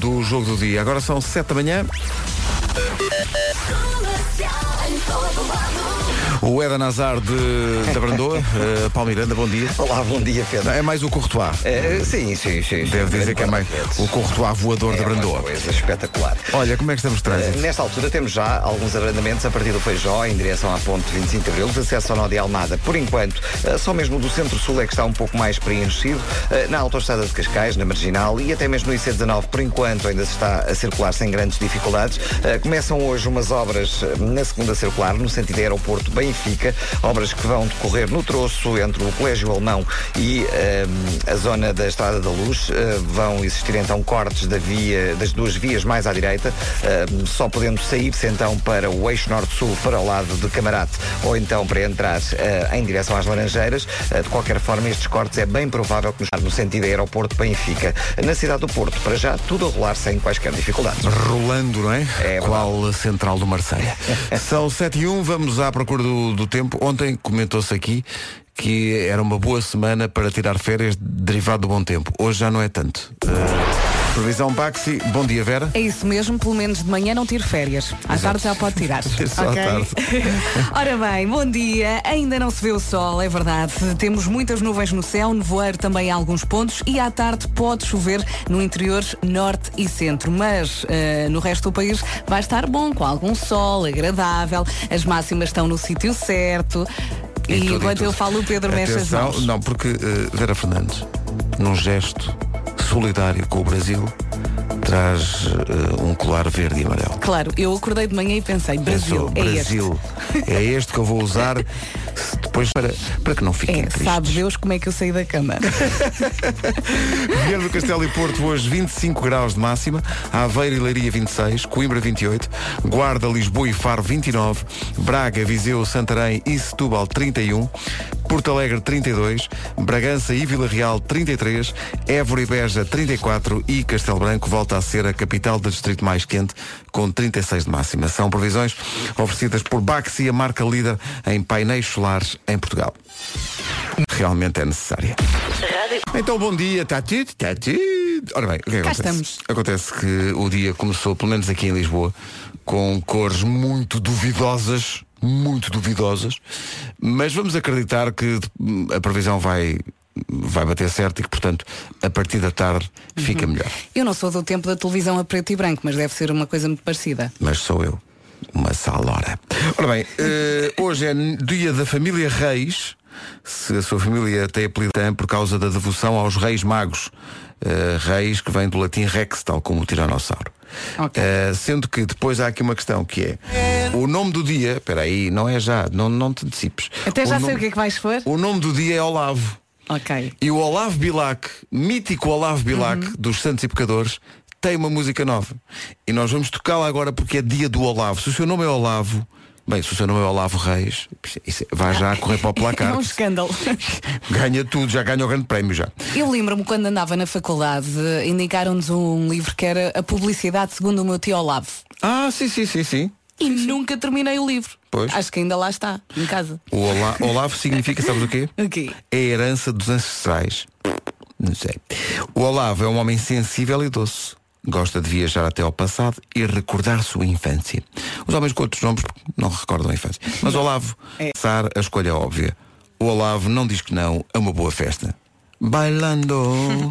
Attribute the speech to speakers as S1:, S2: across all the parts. S1: do Jogo do Dia. Agora são 7 da manhã. O Eden Azar de, da Brandoa, uh, Paulo Miranda, bom dia.
S2: Olá, bom dia, Pedro.
S1: Não, é mais o Courtois.
S2: É, sim, sim, sim.
S1: Devo
S2: sim,
S1: dizer que é mais o Courtois voador da
S2: uma
S1: Brandoa.
S2: coisa espetacular.
S1: Olha, como é que estamos de
S2: Eh,
S1: trânsito?
S2: Nesta altura temos já alguns abrandamentos a partir do Feijó em direção à ponte 25 de Abril, de acesso ao nó de Almada. Por enquanto, eh, só mesmo do centro-sul é que está um pouco mais preenchido. eh, Na autoestrada de Cascais, na Marginal e até mesmo no IC19, por enquanto ainda se está a circular sem grandes dificuldades. Eh, Começam hoje umas obras eh, na segunda circular, no sentido aeroporto Benfica, obras que vão decorrer no troço entre o Colégio Alemão e eh, a zona da Estrada da Luz. Eh, Vão existir então cortes da via, das duas vias mais à direita, eh, só podendo sair-se então para o eixo norte-sul, para o lado de Camarate, ou então para entrar eh, em direção às Laranjeiras. Eh, De qualquer forma, estes cortes é bem provável que nos no sentido aeroporto Benfica. Na cidade do Porto, para já, tudo a rolar sem quaisquer dificuldades.
S1: Rolando, não é?
S2: É,
S1: Qual a central do Marseille? São 7 e 1, vamos à procura do, do tempo. Ontem comentou-se aqui que era uma boa semana para tirar férias derivado do bom tempo. Hoje já não é tanto. Eh, previsão Baxi, bom dia Vera.
S3: É isso mesmo, pelo menos de manhã não tiro férias. À tarde já pode tirar.
S1: é Só à
S3: Ok?
S1: tarde.
S3: Ora bem, bom dia. Ainda não se vê o sol, é verdade. Temos muitas nuvens no céu, nevoeiro também em alguns pontos e à tarde pode chover no interior norte e centro. Mas eh, no resto do país vai estar bom, com algum sol, agradável, as máximas estão no sítio certo. E,
S1: tudo,
S3: enquanto
S1: tudo.
S3: eu falo, o Pedro mexe as
S1: Atenção,
S3: mãos.
S1: Não, porque eh, Vera Fernandes, num gesto solidário com o Brasil, traz eh, um colar verde e amarelo.
S3: Claro, eu acordei de manhã e pensei, Brasil,
S1: Pensou,
S3: é este.
S1: Brasil, é este que eu vou usar se depois para, para que não fiquem
S3: É,
S1: tristes.
S3: sabe Deus como é que eu saí da cama.
S1: Viana do Castelo e Porto hoje 25 graus de máxima, Aveiro e Leiria 26, Coimbra 28, Guarda, Lisboa e Faro 29, Braga, Viseu, Santarém e Setúbal 31, Porto Alegre 32, Bragança e Vila Real 33, Évora e Beja 34 e Castelo Branco volta a ser a capital do distrito mais quente com 36 de máxima. São previsões oferecidas por Baxi, a marca líder em painéis solares em Portugal. Realmente é necessária. Então bom dia, está tudo, está tudo. Ora bem, o que é que
S3: Cá
S1: acontece?
S3: estamos.
S1: Acontece que o dia começou, pelo menos aqui em Lisboa, com cores muito duvidosas, muito duvidosas, mas vamos acreditar que hum, a previsão vai, vai bater certo e que, portanto, a partir da tarde fica
S3: Uhum.
S1: melhor.
S3: Eu não sou do tempo da televisão a preto e branco, mas deve ser uma coisa muito parecida.
S1: Mas sou eu, uma salora. Ora bem, eh, hoje é dia da família Reis. Se a sua família tem apelido tem por causa da devoção aos Reis Magos. Eh, reis que vem do latim rex, tal como o tiranossauro.
S3: Ok.
S1: Eh, sendo que depois há aqui uma questão que é o nome do dia, espera aí, não é já, não, não te antecipes.
S3: Até já sei
S1: nome-
S3: o que é que vais pôr.
S1: O nome do dia é Olavo.
S3: Ok.
S1: E o Olavo Bilac, mítico Olavo Bilac dos Santos e Pecadores, tem uma música nova. E nós vamos tocá-la agora porque é dia do Olavo. Se o seu nome é Olavo, bem, se o seu nome é Olavo Reis, isso vai já correr para o placar.
S3: É um escândalo.
S1: ganha tudo, já ganha o grande prémio já.
S3: Eu lembro-me quando andava na faculdade, eh, indicaram-nos um livro que era A Publicidade Segundo o Meu Tio Olavo.
S1: Ah, sim, sim, sim, sim.
S3: E nunca terminei o livro.
S1: Pois.
S3: Acho que ainda lá está, em casa.
S1: O Ola- Olavo significa, sabes o quê?
S3: O quê?
S1: É a herança dos ancestrais. Não sei. O Olavo é um homem sensível e doce. Gosta de viajar até ao passado e recordar sua infância. Os homens com outros nomes não recordam a infância. Mas Olavo,
S3: É.
S1: Sar, a escolha é óbvia. O Olavo não diz que não a uma boa festa. Bailando.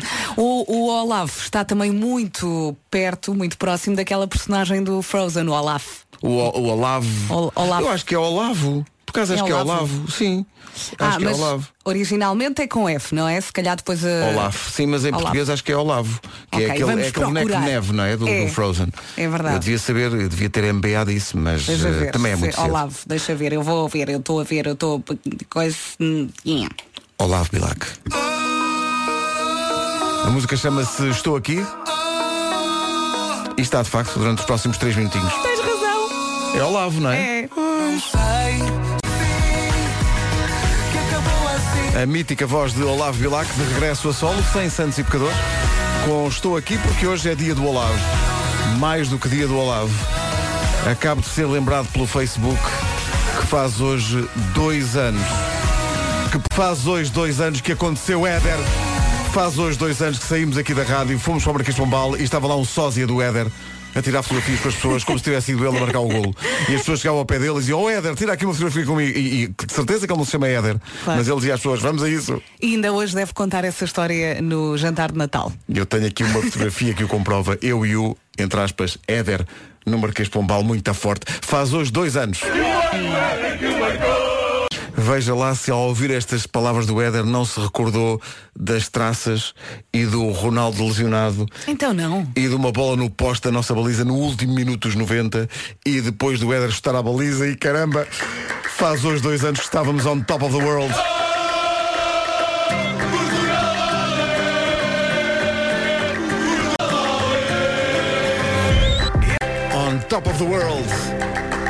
S3: O, o Olavo está também muito perto, muito próximo daquela personagem do Frozen, o Olaf.
S1: O, o Olavo.
S3: Ol- Olavo.
S1: Eu acho que é Olavo. Por acaso
S3: É
S1: acho que é
S3: Olavo?
S1: Olavo. Sim. acho
S3: ah,
S1: que é
S3: mas
S1: Olavo.
S3: originalmente é com F, não é? Se calhar depois a.
S1: Olaf, Ah, sim, mas em
S3: Olaf.
S1: português acho que é Olavo, que
S3: Ok,
S1: é aquele,
S3: vamos
S1: é aquele boneco de
S3: procurar.
S1: neve, não é? Do,
S3: É.
S1: do Frozen.
S3: É verdade.
S1: Eu devia saber, eu devia ter MBA disso, mas
S3: Deixa
S1: eh,
S3: ver.
S1: também é muito
S3: se,
S1: cedo.
S3: Olavo, deixa ver, eu vou ver, eu estou a ver, eu estou a coisa.
S1: Olavo Bilac. A música chama-se Estou Aqui. E está de facto durante os próximos 3 minutinhos.
S3: Tens razão.
S1: É Olavo, não é?
S3: É. É.
S1: A mítica voz de Olavo Bilac de regresso a solo, sem Santos e Pecadores. Com Estou Aqui porque hoje é dia do Olavo. Mais do que dia do Olavo. Acabo de ser lembrado pelo Facebook que faz hoje dois anos. Que faz hoje dois anos que aconteceu, Éder. Faz hoje dois anos que saímos aqui da rádio, fomos para o Marquês de Pombal e estava lá um sósia do Éder a tirar fotografias com as pessoas como se tivesse sido ele a marcar o golo. E as pessoas chegavam ao pé dele e diziam, oh Éder, tira aqui uma fotografia comigo. E, e de certeza que ele não se chama Éder,
S3: Claro.
S1: mas ele dizia às pessoas, vamos a isso.
S3: E ainda hoje deve contar essa história no jantar de Natal.
S1: E Eu tenho aqui uma fotografia que o comprova, eu e o, entre aspas, Éder, no Marquês de Pombal, muito forte. Faz hoje dois anos. Veja lá se ao ouvir estas palavras do Éder não se recordou das traças e do Ronaldo lesionado
S3: Então não.
S1: e de uma bola no poste da nossa baliza no último minuto dos 90 e depois do Éder chutar à baliza e caramba, faz hoje dois anos que estávamos on top of the world. On top of the world.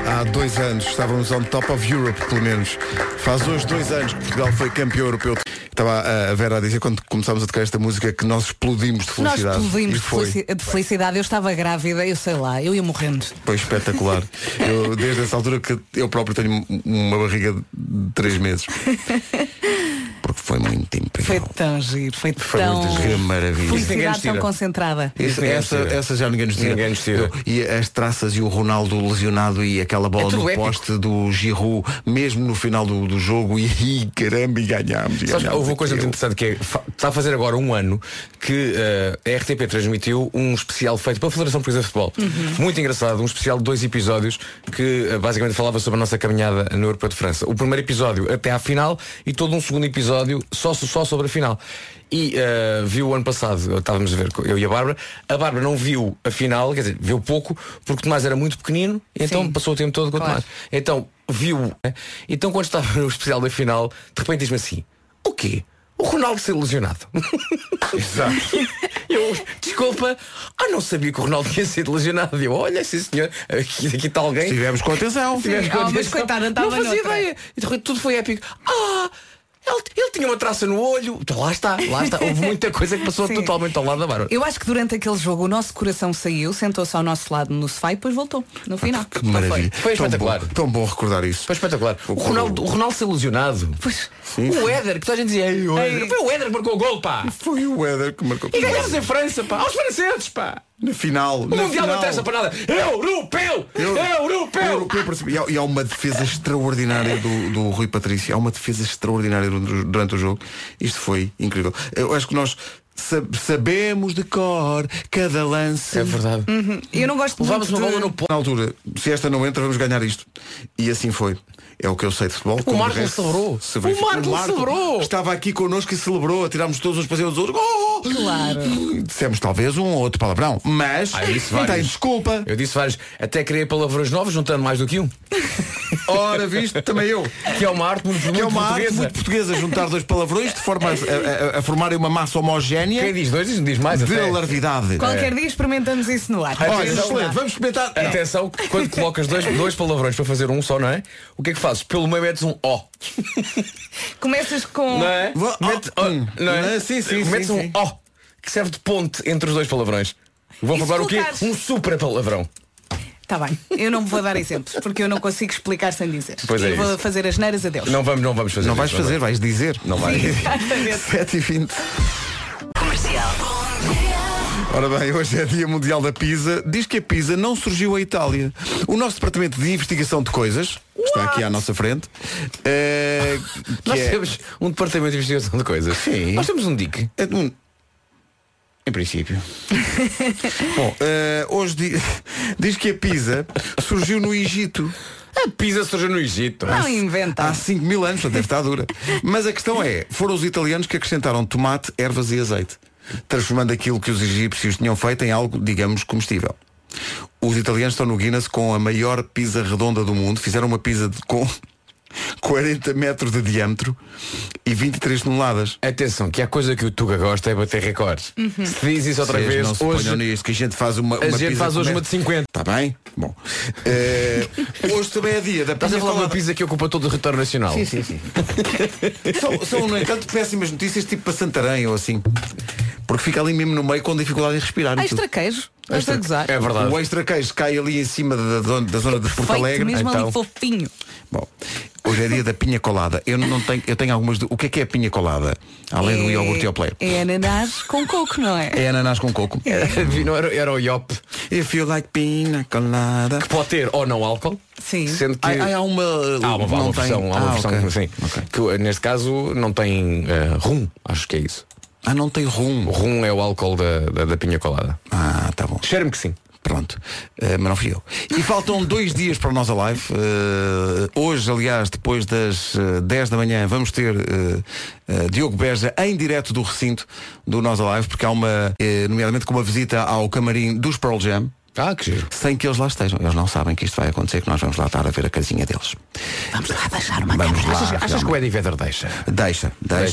S1: Há dois anos estávamos on top of Europe, pelo menos. Faz hoje dois anos que Portugal foi campeão europeu. Estava a a Vera a dizer quando começámos a tocar esta música que nós explodimos de
S3: Nós
S1: felicidade.
S3: explodimos
S1: E
S3: de,
S1: foi.
S3: felici- de felicidade. Eu estava grávida, eu sei lá, eu ia morrendo.
S1: Foi espetacular. Eu, desde essa altura que eu próprio tenho um- uma barriga de 3 meses. Porque foi muito
S3: Foi
S1: incrível.
S3: tão giro, foi,
S1: Foi
S3: tão.
S1: muito giro, maravilha.
S4: Ninguém nos
S3: Felicidade tão
S4: tira.
S3: concentrada.
S4: Isso
S1: Essa-
S4: ninguém
S1: essa,
S4: nos tira.
S1: essa já ninguém nos tira.
S4: Ninguém nos tira.
S1: Eu- e as traças e o Ronaldo lesionado e aquela bola
S4: É tudo
S1: no
S4: épico.
S1: poste do Giroud, mesmo no final do, do jogo, e, e caramba, e ganhámos. e
S4: Sabes,
S1: ganhámos
S4: houve uma coisa muito
S1: aquilo.
S4: interessante que é, fa- está a fazer agora um ano que eh, a RTP transmitiu um especial feito pela Federação Portuguesa de Futebol. Muito engraçado, um especial de dois episódios que eh, basicamente falava sobre a nossa caminhada no Europeu de França. O primeiro episódio até à final e todo um segundo episódio só, só sobre a final. E eh, viu o ano passado, estávamos a ver eu e a Bárbara, a Bárbara não viu a final, quer dizer, viu pouco, porque o Tomás era muito pequenino, então
S3: Sim.
S4: passou o tempo todo com o
S3: Claro.
S4: Tomás. Então, viu. né? Então, quando estava no especial da final, de repente diz-me assim: O quê? O Ronaldo ser lesionado. Eu, desculpa, ah, não sabia que o Ronaldo ia ser lesionado. E Eu, olha, sim senhor, aqui, aqui está alguém.
S1: Estivemos com atenção.
S4: Tivemos
S3: ah, mas
S4: condição.
S3: coitada, estava
S4: Não fazia
S3: noutra.
S4: ideia. E de repente tudo foi épico. Ah! Ele, ele tinha uma traça no olho. Então, Lá está, lá está. Houve muita coisa que passou
S3: Sim.
S4: totalmente ao lado da Bárbara.
S3: Eu acho que durante aquele jogo o nosso coração saiu, sentou-se ao nosso lado no sofá e depois voltou, no final.
S1: Ah, Que maravilha.
S4: Foi
S1: tão, bom,
S4: espetacular.
S1: tão bom recordar isso.
S4: Foi espetacular. O Ronaldo, o Ronaldo ser lesionado.
S3: Pois,
S4: O Éder, que toda a gente dizia, "Ei, o Éder."
S3: Ei.
S4: foi o Éder que marcou o gol, pá!
S1: Foi o Éder que marcou.
S4: E ganhamos em França, pá! Aos franceses, pá!
S1: Na final.
S4: O
S1: na
S4: Mundial não
S1: final.
S4: interessa para nada! Europeu!
S1: Eu-
S4: Europeu!
S1: Europeu por cima. e, há, e há uma defesa extraordinária do, do Rui Patrício. Há uma defesa extraordinária durante o- durante o jogo. Isto foi incrível. Eu acho que nós sa- sabemos de cor cada lance.
S4: É verdade.
S1: Uhum.
S3: eu não gosto
S4: Levámos
S3: muito
S4: uma
S3: de...
S4: bola no pó.
S1: Na altura, se esta não entra, vamos ganhar isto. E assim foi. É o que eu sei de futebol. como
S4: Marco
S1: de resto,
S4: celebrou.
S1: se verifica.
S4: O Marco celebrou.
S1: Estava aqui connosco e celebrou. Tirámos todos uns passeios dos outros. Gol!
S3: Claro.
S1: Dissemos talvez um ou outro palavrão. Mas
S4: Ah, isso
S1: não tem
S4: vários.
S1: desculpa.
S4: Eu disse vários, até criei palavrões novas, juntando mais do que um.
S1: Ora, visto, também eu.
S4: Que é uma arte muito,
S1: Que
S4: muito
S1: é uma arte
S4: portuguesa.
S1: muito portuguesa juntar dois palavrões de forma a, a- a formarem uma massa
S4: Quem
S1: homogénea
S4: diz dois, diz, diz mais.
S1: de
S4: até.
S1: alarvidade.
S3: Qualquer dia experimentamos isso no ar.
S1: É. Olha,
S4: Atenção.
S1: excelente, vamos experimentar. Não.
S4: Atenção, que quando colocas dois, dois palavrões para fazer um só, não é? O que é que fazes? Pelo meio metes um O.
S3: Começas com.
S4: Não é?
S1: Vá- oh,
S4: Mete- oh,
S1: hum.
S4: não é?
S1: Ah, sim, sim,
S4: Metes
S1: sim,
S4: um
S1: sim.
S4: O que serve de ponte entre os dois palavrões. Vou
S3: E se
S4: falar o quê?
S3: colocares-
S4: Um super palavrão.
S3: Tá bem, eu não vou dar exemplos, porque eu não consigo explicar sem dizer.
S4: Pois é
S3: eu vou
S4: isso.
S3: fazer as neiras a Deus.
S4: Não vamos, não vamos fazer.
S1: Não vais
S4: isso,
S1: fazer, vais dizer.
S4: Não vai.
S1: 7 e 20
S5: Comercial.
S1: Ora bem, hoje é Dia Mundial da Pisa. Diz que a Pisa não surgiu em Itália. O nosso Departamento de Investigação de Coisas, que está aqui à nossa frente, eh, que
S4: Nós
S1: é-
S4: temos um departamento de investigação de coisas.
S1: Sim.
S4: Nós temos um DIC.
S1: É de um- Em princípio. Bom, eh, hoje di- diz que a Pisa surgiu no Egito.
S4: A pizza surgiu no Egito.
S3: Não inventa.
S1: Há 5 mil anos, portanto deve estar dura. Mas a questão é, foram os italianos que acrescentaram tomate, ervas e azeite, transformando aquilo que os egípcios tinham feito em algo, digamos, comestível. Os italianos estão no Guinness com a maior pizza redonda do mundo. Fizeram uma pizza de- com 40 metros de diâmetro e 23 toneladas.
S4: Atenção, que a coisa que o Tuga gosta é bater recordes. Se diz isso outra
S1: Vocês
S4: vez,
S1: não se ponham
S4: hoje
S1: nisto, que a gente faz uma,
S4: a
S1: uma
S4: gente
S1: pizza
S4: faz hoje
S1: com-
S4: uma de 50.
S1: Está bem? Bom. Eh, hoje também é dia da
S4: Estás
S1: pizza
S4: a falar de uma
S1: colada.
S4: pizza que ocupa todo o território nacional. Sim, sim, sim.
S1: São, são, no entanto, péssimas notícias, tipo para Santarém ou assim. Porque fica ali mesmo no meio com dificuldade em respirar. e tudo.
S3: Extra queijo. Estás a gozar.
S4: É verdade.
S1: O extra queijo cai ali em cima da, zona- da zona de Porto
S3: Feito
S1: Alegre.
S3: mesmo ali
S4: então.
S3: fofinho.
S1: Bom, hoje é dia da pinha colada. Eu não tenho, eu tenho algumas. du- O que é que é pinha colada? Além do
S3: É-
S1: iogurte ao play.
S3: É ananás com coco, não é?
S1: É ananás com coco.
S4: Não era, era o IOP.
S1: If you like pinha colada.
S4: Que pode ter ou não álcool.
S3: Sim.
S4: Sendo que.
S1: Ai, ai, há uma.
S4: Há uma, há uma
S1: não tem-
S4: versão, há uma
S1: Ah,
S4: versão
S1: ok.
S4: sim,
S1: Ok.
S4: que uh, neste caso não tem uh, rum, acho que é isso.
S1: Ah, não tem rum.
S4: O rum é o álcool da, da, da pinha colada.
S1: Ah, tá bom.
S4: Cheira-me que sim.
S1: Pronto, Eh, mas não fui eu. E faltam dois dias para o nosso live. Eh, hoje, aliás, depois das eh, 10 da manhã, vamos ter eh, eh, Diogo Beja em direto do recinto do Nós Alive, porque há uma, eh, nomeadamente com uma visita ao camarim dos Pearl Jam,
S4: Ah, que giro.
S1: sem que eles lá estejam. Eles não sabem que isto vai acontecer, que nós vamos lá estar a ver a casinha deles.
S3: Vamos lá deixar uma
S1: Vamos
S3: câmera.
S1: lá.
S4: Achas, achas que o Eddie Vedder deixa?
S1: Deixa, deixa,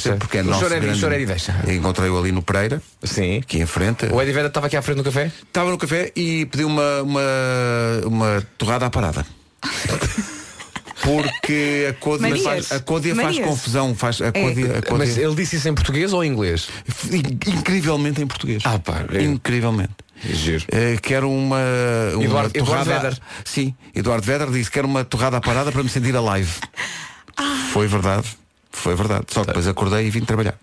S4: Deixa.
S1: porque é
S4: O
S1: nosso
S4: Choreri-
S1: grande-
S4: o Choreri deixa.
S1: Encontrei-o ali no Pereira,
S4: Sim.
S1: aqui em frente.
S4: O Eddie Vedder estava aqui à frente no café?
S1: Estava no café e pediu uma, uma, uma torrada à parada. Porque a Códia
S3: Manias.
S1: faz, a Códia faz
S3: Manias.
S1: confusão. Faz, a Códia, a Códia-
S4: Mas ele disse isso em português ou em inglês?
S1: In- Incrivelmente em português.
S4: Ah, pá, é-
S1: Incrivelmente.
S4: Giro.
S1: Eh, quero uma, uma
S4: Eduardo- Eduardo
S1: torrada.
S4: Vedder.
S1: Sim, Eduardo Vedder disse quero uma torrada à parada para me sentir alive. Foi verdade. Foi verdade. Só que depois acordei e vim trabalhar.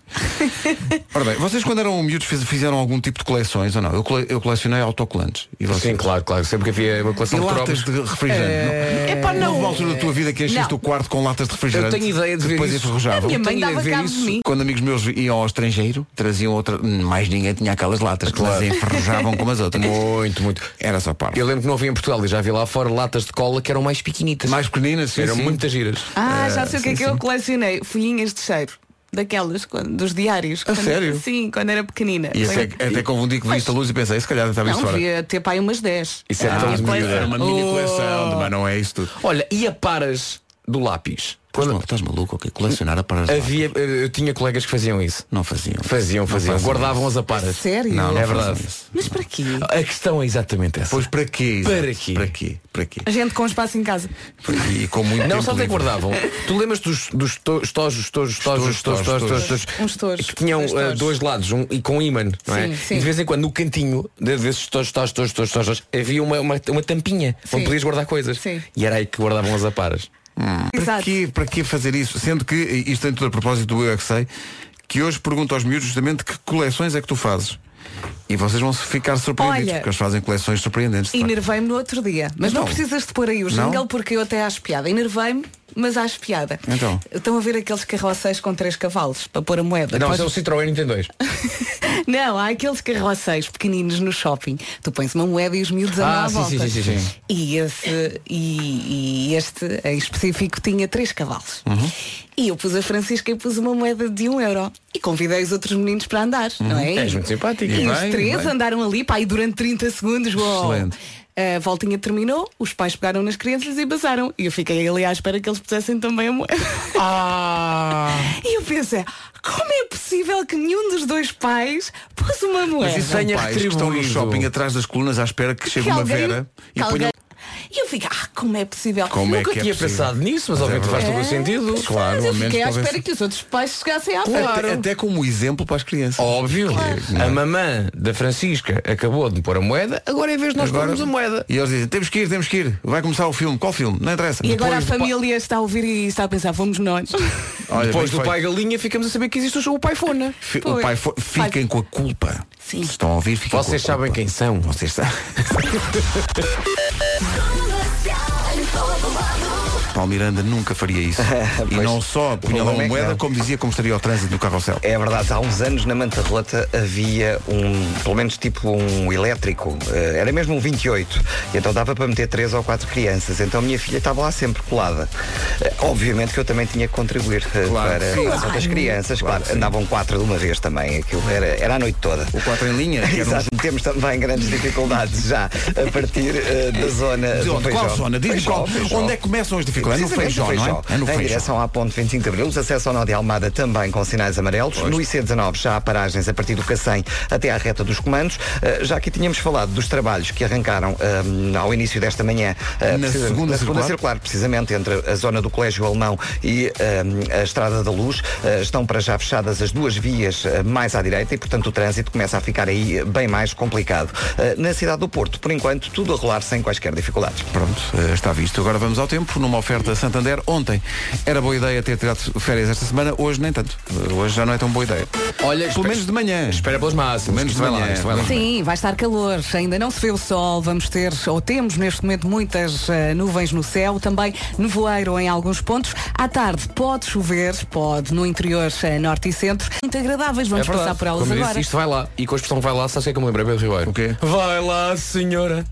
S1: Ora bem, vocês quando eram miúdos fiz- fizeram algum tipo de coleções ou não? Eu, cole- eu colecionei autocolantes. E vocês?
S4: Sim, claro, claro. Sempre que havia uma coleção
S1: E
S4: de
S1: latas
S4: cromos.
S1: de refrigerante. É... Epá, não. Houve uma altura da tua vida que encheste
S3: Não.
S1: o quarto com latas de refrigerante.
S4: Eu tenho ideia de ver
S1: Depois
S4: isso.
S1: enferrujavam.
S3: A minha
S4: Eu
S3: mãe
S4: tenho
S3: dava
S4: a ver
S3: cabo de
S4: isso.
S3: mim.
S1: Quando amigos meus iam ao estrangeiro, traziam outra. hum, Mais ninguém tinha aquelas latas, que elas enferrujavam como as outras.
S4: Muito, muito.
S1: Era só parvo.
S4: Eu lembro que não havia em Portugal e já havia lá fora latas de cola que eram mais pequenitas.
S1: Mais pequeninas, sim,
S4: eram
S1: sim.
S4: muitas giras.
S3: Ah, já sei o que é
S4: sim,
S3: que eu colecionei. Folhinhas de cheiro. Daquelas, quando- dos diários. Quando-
S1: sério?
S3: Sim, quando era pequenina.
S1: E até,
S3: Foi-
S1: até confundi que vi isto a luz e pensei, se calhar estava isto
S3: Não,
S1: fora.
S3: devia ter pai umas 10.
S4: Isso é
S3: Era a
S4: tão
S3: minha
S4: miúdo.
S3: coleção.
S1: Era Ah, uma mini coleção, mas não é isso tudo.
S4: Olha, e a paras do lápis?
S1: Estás mal- Estás maluco? ok? Colecionar a parar
S4: Havia, eh, eu tinha colegas que faziam isso.
S1: Não faziam.
S4: Faziam,
S1: Não
S4: faziam. Guardavam
S1: isso.
S4: as aparas.
S3: Sério?
S1: Não, não
S4: É
S1: faziam
S4: verdade.
S1: isso.
S3: Mas para quê?
S4: A questão é exatamente essa.
S1: Pois para quê? exato?
S4: Para quê?
S1: Para quê? Para quê?
S3: A gente com um espaço em casa.
S1: E com muito
S4: não,
S1: tempo
S4: só até
S1: livre.
S4: é guardavam. tu lembras dos, dos to- estojos, estojos, estojos, estojos, estojos,
S1: estojos,
S4: estojos, estojos,
S3: Uns estojos.
S4: Que tinham
S3: Um Dois
S4: eh,
S3: estojos.
S4: dois lados, um e com ímã, não é?
S3: Sim, sim.
S4: E de vez em quando, no cantinho de- desses estojos, estojos, estojos, estojos, estojos, havia uma, uma, uma tampinha
S3: Sim.
S4: onde podias guardar coisas.
S3: Sim.
S4: E era aí que guardavam as aparas.
S1: Ah, Para
S3: Exato.
S1: quê, para quê fazer isso? Sendo que, e isto tem tudo a propósito do Eu é que sei, que hoje pergunto aos miúdos justamente que coleções é que tu fazes. E vocês vão ficar surpreendidos,
S3: Olha.
S1: porque eles fazem coleções surpreendentes. de facto.
S3: Enervei-me no outro dia. Mas
S1: Então.
S3: não precisas de pôr aí o
S1: Não?
S3: jingle porque eu até acho piada. Enervei-me, mas acho piada.
S1: Então.
S3: Estão a ver aqueles carroceiros com três cavalos para pôr a moeda.
S4: Não,
S3: Podes-
S4: isso é o Citroën Nintendo 2.
S3: Não, há aqueles carroceiros pequeninos no shopping. Tu pões uma moeda e os miúdos andam
S4: Ah,
S3: à
S4: sim,
S3: volta.
S4: sim, sim, sim, sim.
S3: E, esse, e, e este em específico tinha três cavalos.
S4: Uhum.
S3: E eu pus a Francisca e pus uma moeda de um euro. E convidei os outros meninos para andar, não é?
S4: Uhum. És muito simpático.
S3: E
S4: E
S3: os
S4: bem,
S3: três
S4: bem.
S3: andaram ali, pá, e durante 30 segundos, uou,
S1: Excelente.
S3: A voltinha terminou, os pais pegaram nas crianças e passaram. E eu fiquei ali à espera que eles pusessem também a moeda.
S4: Ah!
S3: E eu pensei, como é possível que nenhum dos dois pais pôs uma moeda?
S1: Mas isso são
S4: Venha
S1: pais que estão no
S4: retribuído.
S1: shopping atrás das colunas à espera que chegue
S3: que
S1: uma
S3: alguém-
S1: vera
S3: que
S1: e
S3: alguém-
S1: ponha.
S3: E eu fico, ah, como é possível?
S1: Como é
S4: Nunca
S1: que é
S4: tinha
S1: possível? é
S4: pensado nisso, mas obviamente faz todo o sentido.
S1: Claro,
S3: Mas eu
S1: ao menos
S3: fiquei à
S1: talvez-
S3: espera que os outros pais chegassem à
S1: Até,
S3: frente.
S1: até como exemplo para as crianças.
S4: Óbvio.
S1: Claro.
S4: A mamã da Francisca acabou de pôr a moeda, agora em vez de nós
S1: Agora-
S4: pormos a moeda.
S1: E eles dizem, temos que ir, temos que ir. Vai começar o filme. Qual filme? Não interessa.
S3: E agora a
S1: Depois do pa-
S3: família está a ouvir e está a pensar, vamos nós.
S1: Olha,
S4: Depois
S1: bem
S4: do
S1: feito.
S4: pai galinha ficamos a saber que existe o pai fona.
S1: Fi- O
S3: Pois.
S1: pai foi, fiquem com a culpa.
S3: Sim.
S1: Se estão a ouvir, fiquem
S4: Vocês
S1: com a culpa.
S4: sabem quem são.
S1: Vocês sabem. Paulo Miranda nunca faria isso. e
S2: Pois.
S1: não só apunhalava
S2: Como é
S1: uma
S2: que
S1: moeda,
S2: não?
S1: como dizia como estaria o trânsito do carrossel.
S2: É verdade, há uns anos na Manta Relata havia um, pelo menos tipo um elétrico, eh, era mesmo um 28, e então dava para meter três ou quatro crianças, então a minha filha estava lá sempre colada. Eh, Obviamente que eu também tinha que contribuir eh,
S1: Claro que
S2: para
S1: sim.
S2: as outras crianças, claro, andavam quatro de uma vez também, aquilo era, era a noite toda.
S1: O 4 em linha, que era um-
S2: Exato, temos também grandes dificuldades já a partir eh, da zona
S1: De
S2: do
S1: onde? Qual
S2: Feijó.
S1: zona? Diz-me
S2: Feijó,
S1: qual feijó. Onde é que começam as dificuldades? É no
S2: Precisamente
S1: feijó, não é? É no
S2: Em
S1: feijó.
S2: direção à ponte 25 de Abril, acesso ao Nó de Almada também com sinais amarelos. No IC19 já há paragens a partir do Cacém até à reta dos comandos. Eh, já aqui tínhamos falado dos trabalhos que arrancaram eh, ao início desta manhã. eh,
S1: Na
S2: precisa-
S1: segunda
S2: na segunda
S1: circular?
S2: circular circular precisamente entre a zona do Colégio Alemão e eh, a Estrada da Luz. Eh, estão para já fechadas as duas vias eh, mais à direita e, portanto, o trânsito começa a ficar aí eh, bem mais complicado. Eh, na cidade do Porto, por enquanto, tudo a rolar sem quaisquer dificuldades.
S1: Pronto, eh, está visto. Agora vamos ao tempo, numa oferta Santander. Ontem era boa ideia ter tirado férias esta semana, hoje nem tanto. Eh, Hoje já não é tão boa ideia.
S4: Olha,
S1: Pelo menos de manhã.
S4: Espera pelas máximas.
S1: Menos
S4: Isto vai
S1: de
S4: lá,
S1: manhã.
S4: isto vai lá. É
S3: Sim, vai estar calor, ainda não se vê o sol, vamos ter, ou temos neste momento muitas eh, nuvens no céu, também nevoeiro em alguns pontos. À tarde pode chover, pode no interior eh, norte e centro. Muito agradáveis,
S1: É
S3: vamos
S4: verdade.
S3: passar por elas
S4: Como eu
S3: agora.
S4: Disse, isto vai lá. E com a expressão vai lá, sabes o que é que eu me lembrei, Pedro Ribeiro?
S1: O quê?
S4: Vai lá, senhora.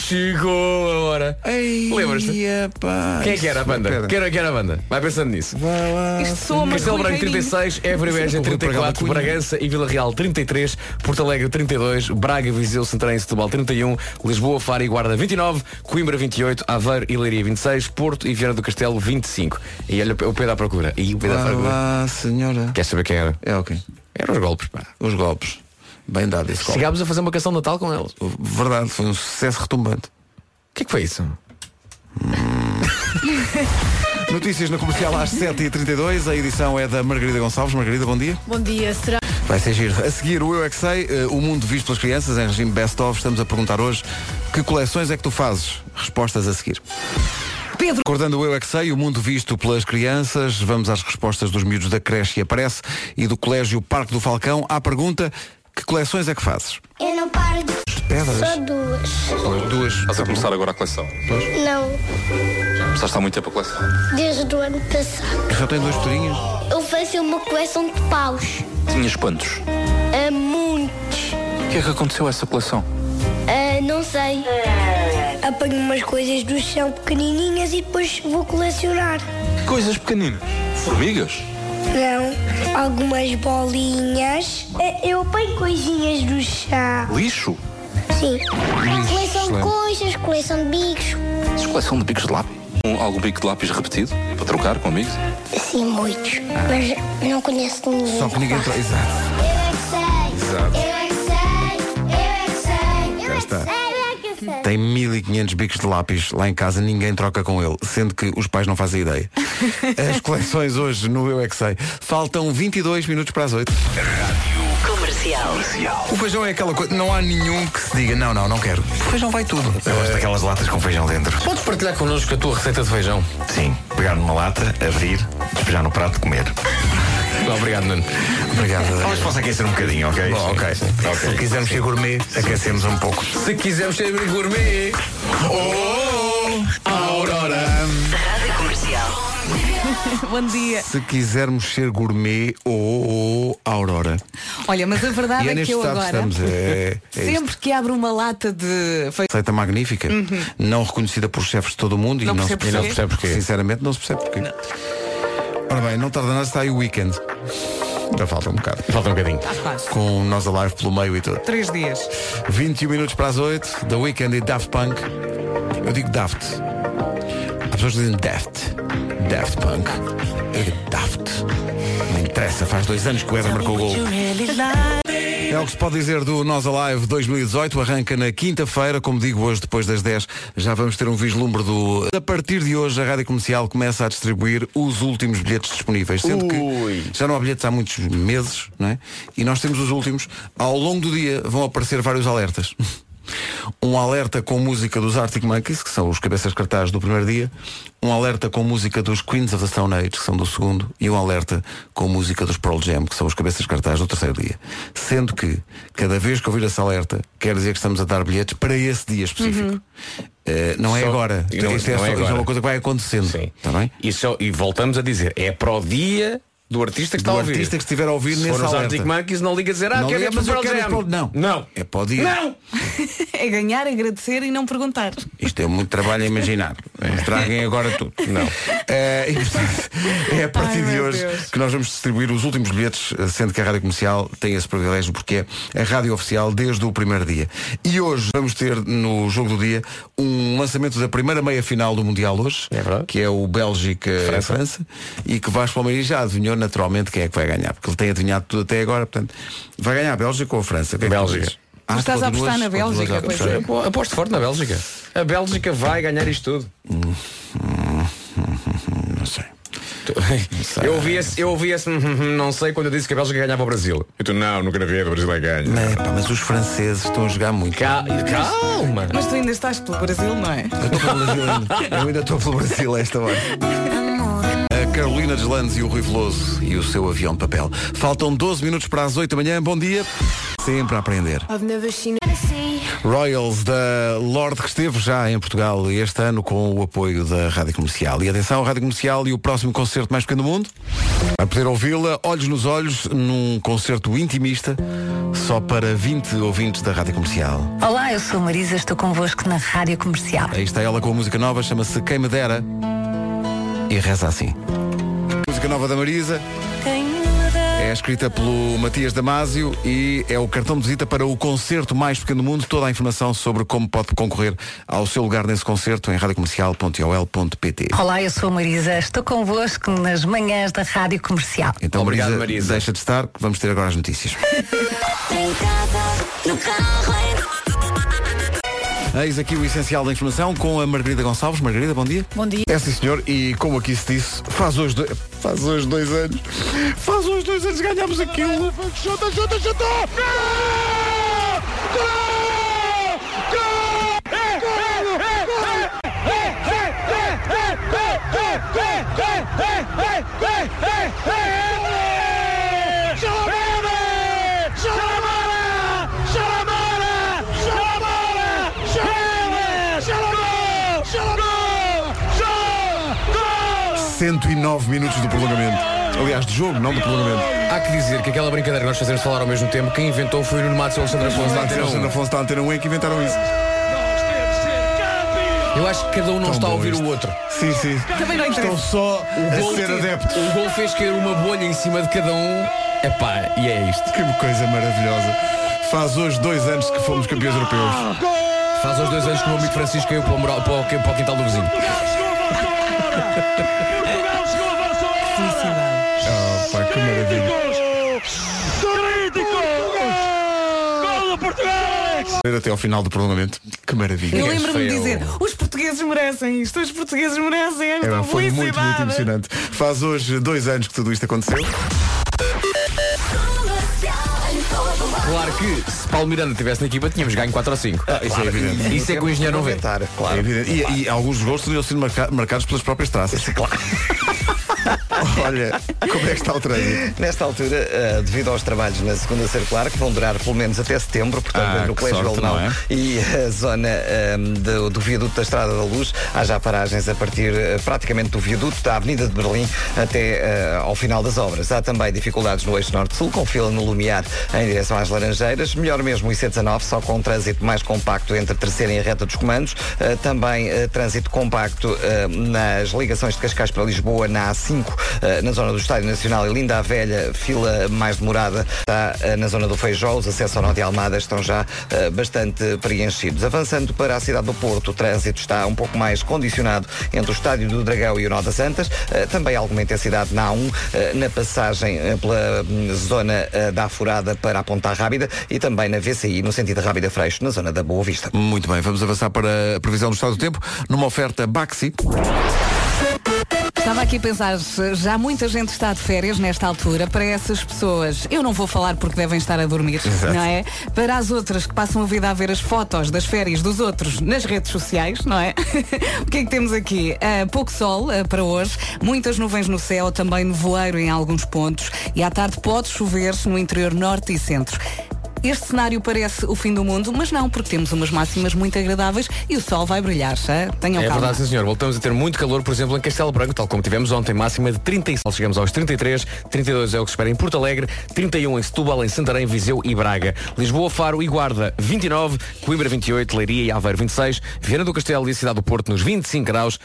S4: Chegou a hora.
S1: Ei,
S4: Lembras-te?
S1: epá,
S4: Quem é que era a
S1: isso-
S4: banda?
S1: Pedro.
S4: Quem era, quem era a banda? Vai pensando nisso.
S1: Vai lá.
S3: Isto soa uma
S4: Castelo
S3: Rui
S4: Branco
S3: Reininho.
S4: 36, Évora e Beja
S1: Sim, o programa
S4: 34,
S1: Cunha.
S4: Bragança e Vila Real 33, Porto Alegre 32, Braga, Viseu, Santarém e Setúbal 31, Lisboa, Faro e Guarda 29, Coimbra 28, Aveiro e Leiria 26, Porto e Viana do Castelo 25. E olha o Pedro à procura. E o Pedro à
S1: Vai
S4: procura.
S1: lá, senhora.
S4: Quer saber quem era?
S1: É ok.
S4: Eram os golpes, pá.
S1: Os golpes. Bem dado esse golpe.
S4: Chegámos a fazer uma canção de Natal com eles. O
S1: Verdade, foi um sucesso retumbante.
S4: que é que foi isso?
S1: Notícias na comercial às 7h32. A edição é da Margarida Gonçalves. Margarida, bom dia.
S6: Bom dia, será?
S1: Vai ser giro. A seguir, o Eu É Que Sei, eh, o mundo visto pelas crianças, em regime Best Of. Estamos a perguntar hoje que coleções é que tu fazes? Respostas a seguir.
S3: Pedro.
S1: Acordando o Eu É Que Sei, o mundo visto pelas crianças, vamos às respostas dos miúdos da creche e aparece e do colégio Parque do Falcão à pergunta que coleções é que fazes?
S7: Eu não paro de
S1: Pedras?
S7: só duas.
S1: Duas.
S8: Estás a começar agora a coleção.
S7: Não,
S8: Começaste há muito tempo a coleção.
S7: desde o ano passado.
S1: Só tem duas pedrinhas?
S7: Eu fazia uma coleção de paus. É
S8: Tinhas quantos?
S7: A muitos.
S8: O que é que aconteceu a essa coleção?
S7: Ah, não sei. Apanho umas coisas do chão pequenininhas e depois vou colecionar.
S8: Coisas pequeninas. Formigas?
S7: Não, algumas bolinhas. Ah, Eu apanho coisinhas do chão.
S8: Lixo?
S7: Sim. Coleção de coisas, coleção de bicos.
S8: Tens coleção de bicos de lápis? Um- algum bico de lápis repetido? Para trocar com amigos?
S7: Sim, muitos. Mas não conheço ninguém.
S1: Só que ninguém... tra- Exato.
S7: Eu é que sei. Eu é que sei. Eu é que sei. Eu é que
S1: está.
S7: sei. Eu é que sei.
S1: Tem 1500 bicos de lápis lá em casa, ninguém troca com ele, sendo que os pais não fazem ideia. As coleções hoje no Eu É Que Sei. Faltam 22 minutos para as 8.
S5: Comercial.
S1: O feijão é aquela coisa, não há nenhum que se diga, não, não, não quero. O feijão vai tudo.
S9: Eu
S4: É.
S9: gosto daquelas latas com feijão dentro.
S4: Podes partilhar connosco a tua receita de feijão?
S9: Sim, pegar numa lata, abrir, despejar no prato e comer.
S4: Obrigado, Nuno.
S1: Obrigado.
S9: Talvez possa aquecer um bocadinho, ok?
S1: Bom, ok. Se quisermos ser gourmet, aquecemos um pouco.
S4: Se quisermos ser gourmet. oh,
S5: Rádio Comercial.
S3: Bom dia.
S1: Se quisermos ser gourmet, ou Aurora.
S3: Olha, mas a verdade
S1: e é
S3: é
S1: neste
S3: que eu
S1: estado que
S3: agora,
S1: estamos. É, é isto.
S3: sempre que abro uma lata de feijão,
S1: Receita magnífica, não reconhecida por chefes de todo o mundo
S3: Uhum. Não
S1: e, não se,
S3: percebo
S1: e não se
S3: porquê.
S1: percebe porquê. Sinceramente, não se percebe porquê. Ora bem, não tarda nada, está aí o weekend. Já falta um bocado.
S4: Falta um bocadinho.
S3: Ah, quase
S1: Com nós a live pelo meio e tudo.
S3: três dias.
S1: 21 minutos para as 8, The Weekend e Daft Punk. Eu digo Daft. Há pessoas que dizem Daft. Daft Punk. Eu digo Daft. Não interessa, faz dois anos que o Eder marcou o gol. É o que se pode dizer do Nós Alive 2018. Arranca na quinta-feira, como digo hoje, depois das 10, já vamos ter um vislumbre do. A partir de hoje, a rádio comercial começa a distribuir os últimos bilhetes disponíveis. Sendo que já não há bilhetes há muitos meses, não é? E nós temos os últimos. Ao longo do dia vão aparecer vários alertas. Um alerta com música dos Arctic Monkeys, que são os cabeças cartazes do primeiro dia, um alerta com música dos Queens of the Stone Age, que são do segundo, e um alerta com música dos Pearl Jam, que são os cabeças cartazes do terceiro dia. Sendo que, cada vez que ouvir esse alerta, quer dizer que estamos a dar bilhetes para esse dia específico.
S4: Uhum.
S1: Eh, não é
S4: Só-
S1: agora.
S4: e não-
S1: Isto é, só-
S4: não é
S1: isto é
S4: agora.
S1: uma coisa que vai acontecendo.
S4: Sim.
S1: Está bem?
S4: E, só- e voltamos a dizer, é para o dia do artista que está
S1: Do
S4: a ouvir.
S1: artista que estiver a ouvir
S4: Se
S1: nesse
S4: for os
S1: alerta.
S4: Arctic Monkeys, não liga a dizer, ah,
S1: Não
S4: quero
S1: liga,
S4: ir para
S1: mas eu
S4: o
S1: quero ir
S4: Pearl
S1: para
S4: Jam.
S1: o- não.
S4: Não.
S1: É para o dia.
S4: Não.
S3: É ganhar, agradecer e não perguntar.
S1: Isto é muito trabalho a imaginar. Estraguem agora tudo. Não. Eh, e, portanto, é a partir
S3: Ai,
S1: de
S3: meu
S1: hoje
S3: Deus.
S1: que nós vamos distribuir os últimos bilhetes, eh, sendo que a Rádio Comercial tem esse privilégio porque é a rádio oficial desde o primeiro dia. E hoje vamos ter no jogo do dia um lançamento da primeira meia-final do Mundial hoje,
S4: É verdade.
S1: que é o Bélgica-França, e que Vasco Palmeiras já adivinhou naturalmente quem é que vai ganhar, porque ele tem adivinhado tudo até agora, portanto, vai ganhar a Bélgica ou a França? O que é que tu
S4: Bélgica.
S1: dizes?
S3: Tu estás a
S1: continuas-
S3: apostar na
S1: continuas a
S3: Bélgica, pois
S1: apostar.
S3: é.
S4: Eu Aposto forte na Bélgica. A Bélgica vai ganhar isto tudo.
S1: Não sei.
S4: Eu ouvi esse, eu ouvi esse hum, hum, hum, não sei quando eu disse que a Bélgica ganhava o Brasil. Eu tu, não, nunca na vida o Brasil vai ganhar.
S1: É, pá, mas os franceses estão a jogar muito.
S4: Ca- Calma!
S3: Mas tu ainda estás pelo Brasil, não é?
S1: Eu estou pelo Brasil ainda. Eu ainda estou pelo Brasil a esta hora. A Carolina Deslandes e o Rui Veloso e o seu avião de papel. Faltam 12 minutos para as 8 da manhã. Bom dia. Sempre a aprender. Royals da Lorde que esteve já em Portugal este ano com o apoio da Rádio Comercial. E atenção, Rádio Comercial e o próximo concerto mais pequeno do mundo. A poder ouvi-la, olhos nos olhos, num concerto intimista, só para 20 ouvintes da Rádio Comercial.
S6: Olá, eu sou Marisa, estou convosco na Rádio Comercial.
S1: Aí está ela com a música nova, chama-se Quem Me Dera e reza assim. Música nova da Marisa é escrita pelo Matias Damasio e é o cartão de visita para o concerto mais pequeno do mundo. Toda a informação sobre como pode concorrer ao seu lugar nesse concerto em radiocomercial.ol.pt.
S6: Olá, eu sou Marisa, estou convosco nas manhãs da Rádio Comercial.
S1: Então,
S4: Obrigado,
S1: Marisa,
S4: Marisa.
S1: deixa de estar, que vamos ter agora as notícias. Eis aqui o essencial da informação com a Margarida Gonçalves. Margarida, bom dia. Bom dia. É sim, senhor, e como aqui se disse, faz hoje, dois, faz hoje dois anos, faz hoje dois anos ganhámos aquilo. Chuta, chuta, chuta!
S10: Gol!
S1: 109 minutos de prolongamento. Aliás, de jogo, não de prolongamento.
S4: Há que dizer que aquela brincadeira que nós fazemos falar ao mesmo tempo, quem inventou foi o Nuno Matos e o Alexandre Afonso. da Antena
S1: Alexandre
S4: 1.
S1: Afonso está a ter um é que inventaram isso.
S4: Eu acho que cada um não está a
S1: bom
S4: ouvir
S1: isto.
S4: o outro.
S1: Sim, sim.
S3: Também não
S1: Estão
S3: interessa.
S1: só a
S4: gol
S1: ser
S4: teve-
S1: adeptos.
S4: O gol fez cair uma bolha em cima de cada um. Epá, e é isto.
S1: Que coisa maravilhosa. Faz hoje dois anos que fomos campeões europeus.
S4: Faz uns dois anos que o meu amigo Francisco caiu para o, moral, para o, para o quintal do vizinho.
S1: Oh, pá, que maravilha. Ver Até ao final do prolongamento. Que maravilha.
S3: Eu
S4: Este foi
S3: lembro-me de
S4: o-
S3: dizer, os portugueses merecem isto, os portugueses merecem
S1: É,
S3: esta
S1: pá, foi muito, muito
S3: felicidade.
S1: emocionante. Faz hoje dois anos que tudo isto aconteceu.
S4: Claro que se Paulo Miranda estivesse na equipa, tínhamos ganho 4 ou 5.
S1: Isso é evidente.
S4: Isso é que o engenheiro não vê.
S2: Inventar,
S1: É
S2: claro.
S1: evidente. E, e alguns gols teriam sido marca- marcados pelas próprias traças. Claro. Olha, como é que está o trânsito?
S2: Nesta altura, eh, devido aos trabalhos na segunda circular, que vão durar pelo menos até setembro, portanto,
S1: Ah,
S2: entre o
S1: que
S2: Colégio
S1: sorte,
S2: Alemão
S1: não é?
S2: e a zona eh, do, do viaduto da Estrada da Luz, há já paragens a partir eh, praticamente do viaduto da Avenida de Berlim até eh, ao final das obras. Há também dificuldades no eixo norte-sul, com fila no Lumiar em direção às Laranjeiras, melhor mesmo o IC19, só com um trânsito mais compacto entre a terceira e a reta dos comandos, Eh, também eh, trânsito compacto eh, nas ligações de Cascais para Lisboa, na A5, eh, na zona do Estádio Nacional e Linda a Velha, fila mais demorada está eh, na zona do Feijó, os acessos ao Nó de Almada estão já eh, bastante preenchidos. Avançando para a cidade do Porto, o trânsito está um pouco mais condicionado entre o Estádio do Dragão e o Nó das Santas, Eh, também alguma intensidade na A1, eh, na passagem eh, pela hum, zona eh, da Afurada para a Ponta Rábida e também na VCI, no sentido de Rábida Freixo, na zona da Boa Vista.
S1: Muito bem, vamos avançar para a previsão do estado do tempo numa oferta Baxi.
S3: Estava aqui a pensar, já muita gente está de férias nesta altura. Para essas pessoas, eu não vou falar porque devem estar a dormir, não é? Para as outras que passam a vida a ver as fotos das férias dos outros nas redes sociais, não é? o que é que temos aqui? Ah, pouco sol ah, para hoje, muitas nuvens no céu, também nevoeiro em alguns pontos e à tarde pode chover no interior norte e centro. Este cenário parece o fim do mundo, mas não, porque temos umas máximas muito agradáveis e o sol vai brilhar, já? Tenham
S4: É
S3: calma.
S4: verdade, sim, senhor. Voltamos a ter muito calor, por exemplo, em Castelo Branco, tal como tivemos ontem, máxima de 35. Chegamos aos 33, 32 é o que se espera em Porto Alegre, 31 em Setúbal, em Santarém, Viseu e Braga. Lisboa, Faro e Guarda, 29, Coimbra, 28, Leiria e Aveiro, 26, Viana do Castelo e Cidade do Porto, nos 25 graus,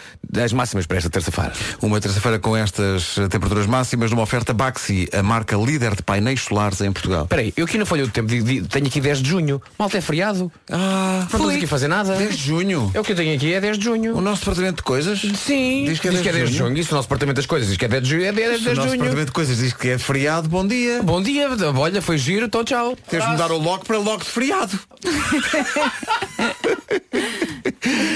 S4: as máximas para esta terça-feira.
S1: Uma terça-feira com estas eh, temperaturas máximas numa oferta Baxi, a marca líder de painéis solares em Portugal.
S4: Espera aí, eu aqui não falhei do tempo, di- di- tenho aqui 10 de junho. Malta, é feriado.
S1: Ah,
S4: Não estamos aqui a fazer nada.
S1: 10 de junho.
S4: É o que eu tenho aqui, é 10 de
S1: O
S4: junho.
S1: nosso departamento de coisas
S4: Sim,
S1: diz que é 10 de junho.
S4: Isso o nosso departamento das coisas diz que é 10 de junho. É 10
S1: O
S4: de
S1: nosso
S4: junho.
S1: departamento de coisas diz que é feriado, bom dia.
S4: Bom dia, olha, foi giro, então tchau.
S1: Tens de mudar o logo para logo de feriado.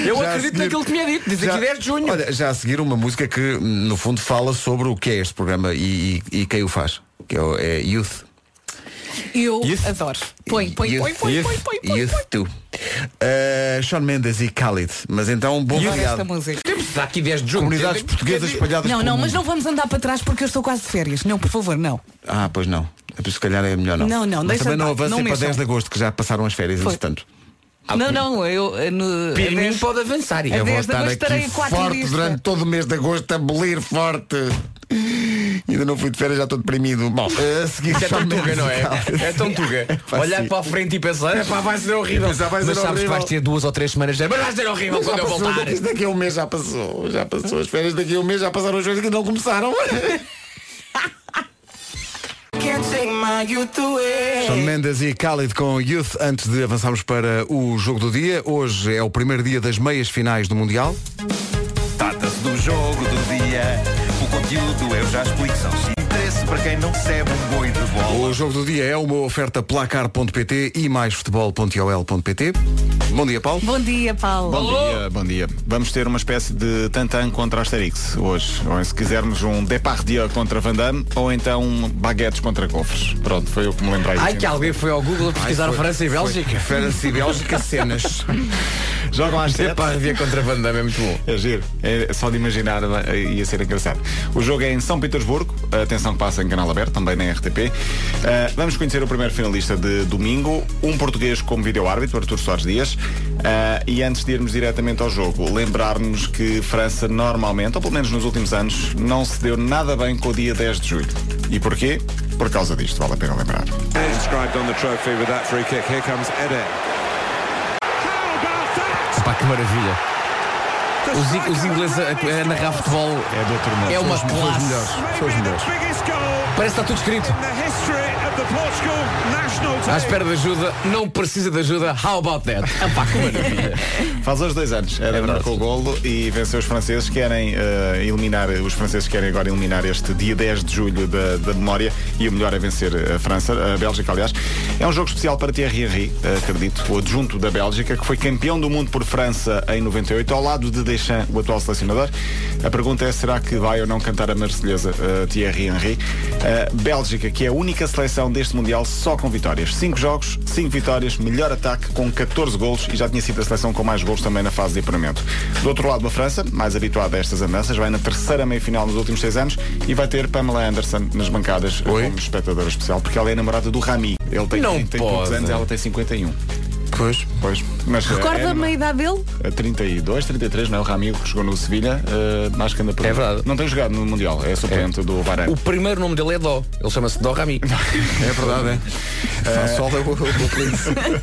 S4: Eu
S1: Já a
S4: acredito
S1: seguir-
S4: naquilo que tinha dito, diz
S1: Já-
S4: aqui 10 de junho.
S1: Olha, já a seguir uma música que, no fundo, fala sobre o que é este programa e, e- e quem o faz, que é, o- é Youth.
S3: Eu
S4: Yes.
S3: adoro. Põe, põe,
S1: Youth,
S3: põe, põe,
S1: Youth,
S3: põe, põe, põe,
S1: Youth
S3: põe.
S1: Too. Ah, Sean Mendes e Khalid. Mas então, bom
S3: Adoro esta
S1: feriado.
S3: música.
S4: Está aqui 10 de junho.
S1: Comunidades portuguesas espalhadas
S3: Não,
S1: pelo
S3: não,
S1: mundo.
S3: mas não vamos andar para trás porque eu estou quase de férias. Não, por favor, não.
S1: Ah, pois não. É por isso, Se calhar é melhor não.
S3: Não, não,
S1: Mas
S3: deixa
S1: também não
S3: andar, não
S1: avancem para
S3: mexam.
S1: 10 de agosto, que já passaram as férias,
S3: Foi.
S1: entretanto.
S3: não, não, eu eh, no,
S4: Pirmin
S3: a dez-
S4: pode avançar. é
S3: A
S4: Eu
S1: Vou
S3: 10 de
S1: estar
S3: agosto estarei
S1: aqui
S3: a 4
S1: forte
S3: dias.
S1: durante todo o mês de agosto a bolir forte. Ainda não fui de férias, já estou deprimido. Bom, a seguir
S4: Isso é
S1: Shawn
S4: tão tuga,
S1: Mendes
S4: não
S1: e
S4: é?
S1: Khalid.
S4: É tão tuga.
S1: pá,
S4: Olhar
S1: sim.
S4: para a frente e pensar, é pá, vai ser horrível.
S1: Mas já vai ser
S4: sabes que
S1: horrível.
S4: vais ter duas ou três semanas de. Mas vai ser horrível quando eu voltar.
S1: daqui, daqui a um mês já passou. Já passou as férias, daqui a um mês já passaram as férias que não começaram. São Mendes e Khalid com Youth antes de avançarmos para o jogo do dia. Hoje é o primeiro dia das meias finais do Mundial.
S9: Trata-se do jogo do dia. O conteúdo eu já explico. São de interesse para quem não recebe um boi de bola.
S1: O jogo do dia é uma oferta placar.pt e maisfutebol.ol.pt. Bom dia, Paulo.
S3: Bom dia, Paulo.
S10: dia, bom dia. Vamos ter uma espécie de Tantan contra Asterix hoje. Ou se quisermos um Depardieu contra Van Damme, ou então um Baguettes contra Cofres. Pronto, foi eu que me lembrei.
S4: Ai,
S10: disso.
S4: que alguém foi ao Google a pesquisar França e Bélgica.
S1: França e Bélgica, cenas.
S10: Jogam às sete.
S4: Epá, havia contra Van Damme, é muito bom.
S10: É giro. É só de imaginar eh, ia ser engraçado. O jogo é em São Petersburgo. Atenção que passa em canal aberto, também na RTP. Eh, vamos conhecer o primeiro finalista de domingo, um português como vídeo-árbitro, Artur Soares Dias. Eh, e antes de irmos diretamente ao jogo, lembrar-nos que França normalmente, ou pelo menos nos últimos anos, não se deu nada bem com o dia 10 de julho. E porquê? Por causa disto, vale a pena lembrar.
S4: Epá, que maravilha. Os, in- os ingleses a, a narrar futebol
S10: É do outro mundo.
S4: é uma
S1: São os melhores.
S4: classe.
S1: São os melhores.
S4: Parece que está tudo escrito. À espera de ajuda, não precisa de ajuda. How about that? Epá, que maravilha.
S10: Faz hoje dois anos. Era marcou o golo e venceu os franceses. Querem eh, eliminar, os franceses querem agora eliminar este dia 10 de julho da, da memória e o melhor é vencer a França, a Bélgica, aliás. É um jogo especial para Thierry Henry, eh, acredito, o adjunto da Bélgica, que foi campeão do mundo por França em 98, ao lado de Deschamps, o atual selecionador. A pergunta é, será que vai ou não cantar a Marselhesa eh, Thierry Henry? Eh, Bélgica, que é a única seleção deste Mundial só com vitórias. Cinco jogos, cinco vitórias, melhor ataque com 14 golos e já tinha sido a seleção com mais golos também na fase de apuramento. Do outro lado, a França, mais habituada a estas andanças, vai na terceira meia-final nos últimos seis anos e vai ter Pamela Anderson nas bancadas eh,
S1: Oi?
S10: como espectadora especial, porque ela é namorada do Rami. Ele tem
S4: Não
S10: 30 e poucos
S4: pode.
S10: anos, ela tem 51.
S1: Pois.
S10: Pois, mas eh, é
S3: Recorda-me a
S10: namorada.
S3: idade dele?
S10: A 32, 33, não é? O Rami que jogou no Sevilha, eh, acho que anda por
S4: É verdade.
S10: Não tem jogado no Mundial, é suplente do Varane.
S4: O primeiro nome dele é Dó. Ele chama-se Dó Rami.
S1: É verdade, é? Sol é o, o príncipe.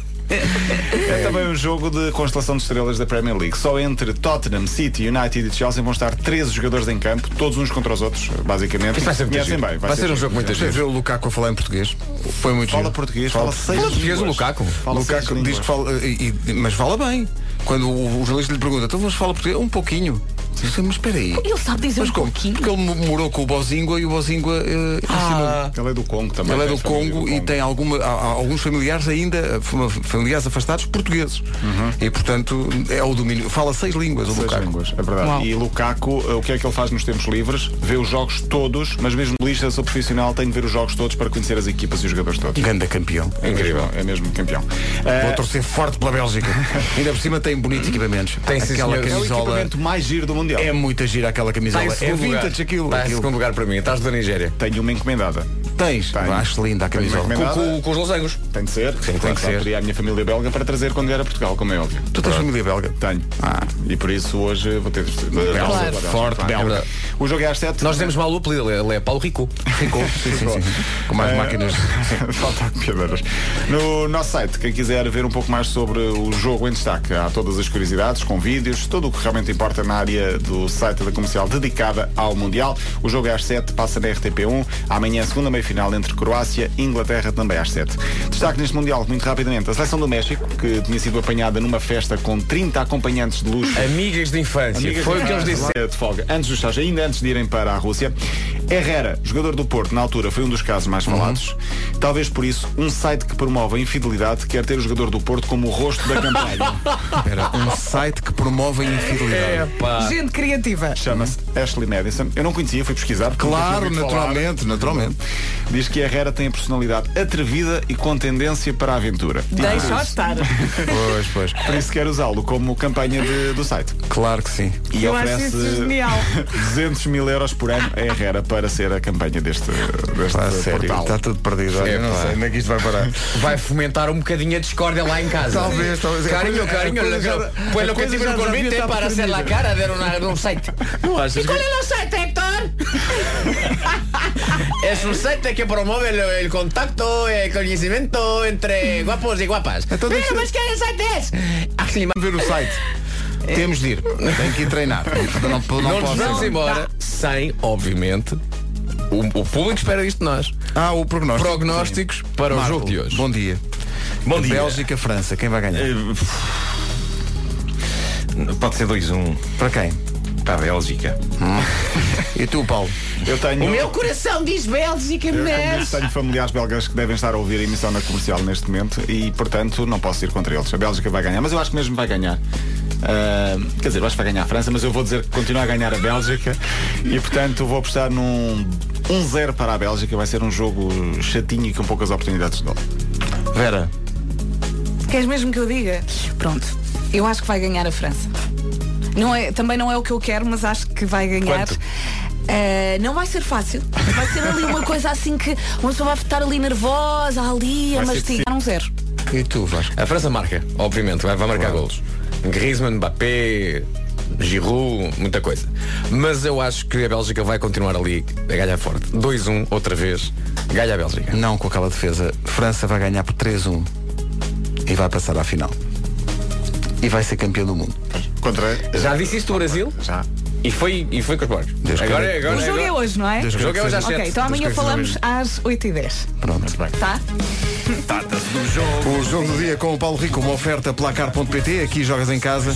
S10: É também um jogo de constelação de estrelas da Premier League. Só entre Tottenham, City, United e Chelsea vão estar 13 jogadores em campo, todos uns contra os outros, basicamente.
S4: Isto vai ser muito
S10: Conhecem
S4: giro.
S10: bem,
S4: Vai ser um jogo muito
S1: Deixa eu ver o Lukaku a falar em português. Foi muito
S10: Fala
S1: giro.
S10: português, fala seis
S4: Fala português,
S10: línguas.
S4: o Lukaku.
S10: Fala seis
S1: Lukaku diz
S10: línguas.
S1: que fala, eh, e- e- mas fala bem. Quando o, o jornalista lhe pergunta, então mas fala português? Um pouquinho. Sim, mas espera aí.
S3: Ele sabe dizer
S1: Mas
S3: um
S1: como?
S3: pouquinho.
S1: Porque ele mo- morou com o Bozingua e o Bozingua eh, ensinou-lhe.
S10: Ele é do Congo também.
S1: Ele é
S10: tem
S1: do
S10: família
S1: Congo e tem alguma, há- há alguns familiares ainda, eh, fam- familiares afastados portugueses.
S4: Uhum.
S1: E portanto é o domínio. Fala seis línguas o
S10: Seis
S1: Lukaku.
S10: línguas, é verdade.
S3: Uau.
S10: E Lukaku, eh, o que é que ele faz nos tempos livres? Vê os jogos todos, mas mesmo lista sou profissional, tem de ver os jogos todos para conhecer as equipas e os jogadores todos.
S1: Ganda campeão.
S10: É incrível, é mesmo campeão. Eh,
S1: Vou torcer forte pela Bélgica. Ainda por cima tem bonitos equipamentos.
S4: Tem, sim,
S1: aquela
S4: senhor.
S10: É o
S1: camisola.
S10: equipamento mais giro do Mundial.
S1: É muita gira aquela
S4: Está
S1: camisola.
S4: em
S1: É
S4: segundo lugar.
S1: vintage aquilo.
S4: Está em
S1: aquilo.
S4: segundo lugar para mim. Estás da Nigéria.
S10: Tenho uma encomendada.
S1: Tens? Acho linda a
S10: Tenho uma
S1: camisola.
S10: encomendada.
S4: com os losangos.
S10: Tem de ser.
S4: tem
S10: Claro,
S4: que
S10: já
S4: ser.
S10: pedi à minha família belga para trazer quando vier a Portugal, como é óbvio.
S1: Tu Ah. tens família belga?
S10: Tenho. E por isso hoje vou ter.
S4: Claro. Forte,
S10: Claro.
S4: belga.
S10: O jogo é às 7.
S4: Nós temos mal o apelido, ele é- ele é Paulo Rico. Ah, Rico.
S1: Sim, sim, sim. Com mais
S10: Eh,
S1: máquinas.
S10: Falta copiadoras. No nosso site, quem quiser ver um pouco mais sobre o jogo em destaque, há todas as curiosidades, com vídeos, tudo o que realmente importa na área do site da comercial dedicada ao Mundial. O jogo é às 7, passa na RTP1. Amanhã, segunda meia-final entre Croácia e Inglaterra, também às 7. Destaque neste Mundial, muito rapidamente, a seleção do México, que tinha sido apanhada numa festa com 30 acompanhantes de luxo.
S4: Amigas de infância.
S10: Amigas
S4: Foi
S10: de
S4: o que eles
S10: casa,
S4: disseram.
S10: lá De folga, antes dos estágios, ainda antes de irem para a Rússia. Herrera, jogador do Porto, na altura foi um dos casos mais
S4: Uhum.
S10: falados. Talvez por isso, um site que promove a infidelidade quer ter o jogador do Porto como o rosto da campanha.
S1: Espera, um site que promove a infidelidade.
S4: Pá.
S3: Ah, Gente criativa.
S10: Chama-se Ashley Madison. Eu não conhecia, fui pesquisar. porque nunca tinha
S1: Claro,
S10: ouvido falar.
S1: naturalmente, naturalmente.
S10: Diz que Herrera tem a personalidade atrevida e com tendência para a aventura.
S3: Deixa estar.
S1: Pois, pois.
S10: Por isso quer usá-lo como campanha de- do site.
S1: Claro que sim.
S10: E
S3: Eu acho
S10: oferece
S3: isso genial.
S10: 200 mil euros por ano a Herrera para ser a campanha deste, deste
S1: Pá, Tá sério,
S10: portal.
S1: está tudo perdido. olha,
S4: É,
S1: não
S4: pá.
S1: sei onde é que isto vai parar.
S4: Vai fomentar um bocadinho a discórdia lá em casa.
S1: Talvez, talvez. A
S4: Carinho,
S1: coisa-
S4: carinho.
S1: a
S4: lo
S1: coisa
S4: que-
S1: já-
S4: Pues
S1: a
S4: lo que
S1: coisa
S4: tiene
S1: já tá
S4: un
S1: devia
S4: convite
S1: estar
S4: para hacer la
S1: perdida.
S4: cara de una- de un site.
S1: Não achas?
S4: ¿Cuál es el site, Héctor? es un site que promueve el, el contacto, el conocimiento entre guapos y guapas. Assim,
S1: Entonces-
S4: Pero, pues, ¿qué site es? Así,
S1: Vamos ver o site. Temos de ir. Tem que ir treinar. Não, não,
S4: Não nos
S1: posso.
S4: vamos embora sem, obviamente, o, o público espera isto de nós.
S1: Ah, o prognóstico.
S4: Prognósticos
S1: Sim.
S4: para o
S1: Marco,
S4: jogo de hoje.
S1: Bom dia. Eh,
S9: Bom dia.
S1: Bélgica, França, quem vai ganhar?
S9: Pode ser 2-1
S1: Para quem? Hum.
S9: para a Bélgica.
S1: E tu, Paulo?
S10: Eu tenho.
S4: O meu coração diz Bélgica,
S10: Eu, como
S4: mulher.
S10: disse, tenho familiares belgas que devem estar a ouvir a emissão na comercial neste momento e, portanto, não posso ir contra eles. A Bélgica vai ganhar, mas eu acho que mesmo vai ganhar. Ah, quer dizer, eu acho que vai ganhar a França, mas eu vou dizer que continua a ganhar a Bélgica e, portanto, vou apostar num 1-0 para a Bélgica. Vai ser um jogo chatinho e com poucas oportunidades de gol.
S1: Vera.
S3: Queres mesmo que eu diga? Pronto. Eu acho que vai ganhar a França. Não é, também não é o que eu quero, mas acho que vai ganhar.
S4: Quanto?
S11: Eh, não vai ser fácil. Vai ser ali uma coisa assim que uma pessoa vai estar ali nervosa, ali, a
S10: Vai ser
S11: mastigar um zero.
S1: E tu, Vasco?
S4: A França marca, obviamente, vai, vai marcar
S1: Claro.
S4: golos. Griezmann, Mbappé, Giroud, muita coisa. Mas eu acho que a Bélgica vai continuar ali a ganhar forte. 2-1 outra vez, ganha a Bélgica.
S1: Não com aquela defesa. França vai ganhar por 3-1 e vai passar à final. E vai ser campeão do mundo.
S10: Contra.
S4: Já disse isto do Brasil
S10: Já.
S4: e foi, e foi com os bordos.
S1: Deus
S4: Agora,
S1: queira.
S4: é- agora,
S3: O
S4: é-
S3: jogo é
S4: agora.
S3: hoje, não é?
S1: Deus
S4: O jogo é hoje às
S3: Ok,
S4: 7.
S3: então amanhã falamos às 8h10,
S1: Pronto.
S3: tá?
S9: Trata-se do jogo.
S1: O jogo do dia com o Paulo Rico, uma oferta placar.pt, aqui jogas em casa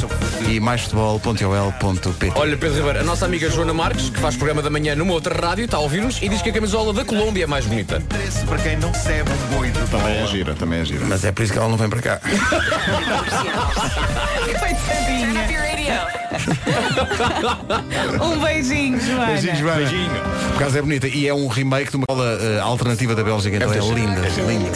S1: e maisfutebol.ol.pt.
S4: Olha, Pedro Ribeiro, a nossa amiga Joana Marques, que faz programa da manhã numa outra rádio, está a ouvir-nos e diz que a camisola da Colômbia é mais bonita.
S9: Interesse para quem não recebe um boi de bola.
S10: Também é gira, também é gira.
S1: Mas é por isso que ela não vem para cá.
S3: Um beijinho, Joana.
S1: Beijinho. Por causa é bonita. E é um remake de uma bola eh, alternativa da Bélgica, então é,
S4: fixe.
S1: linda. linda.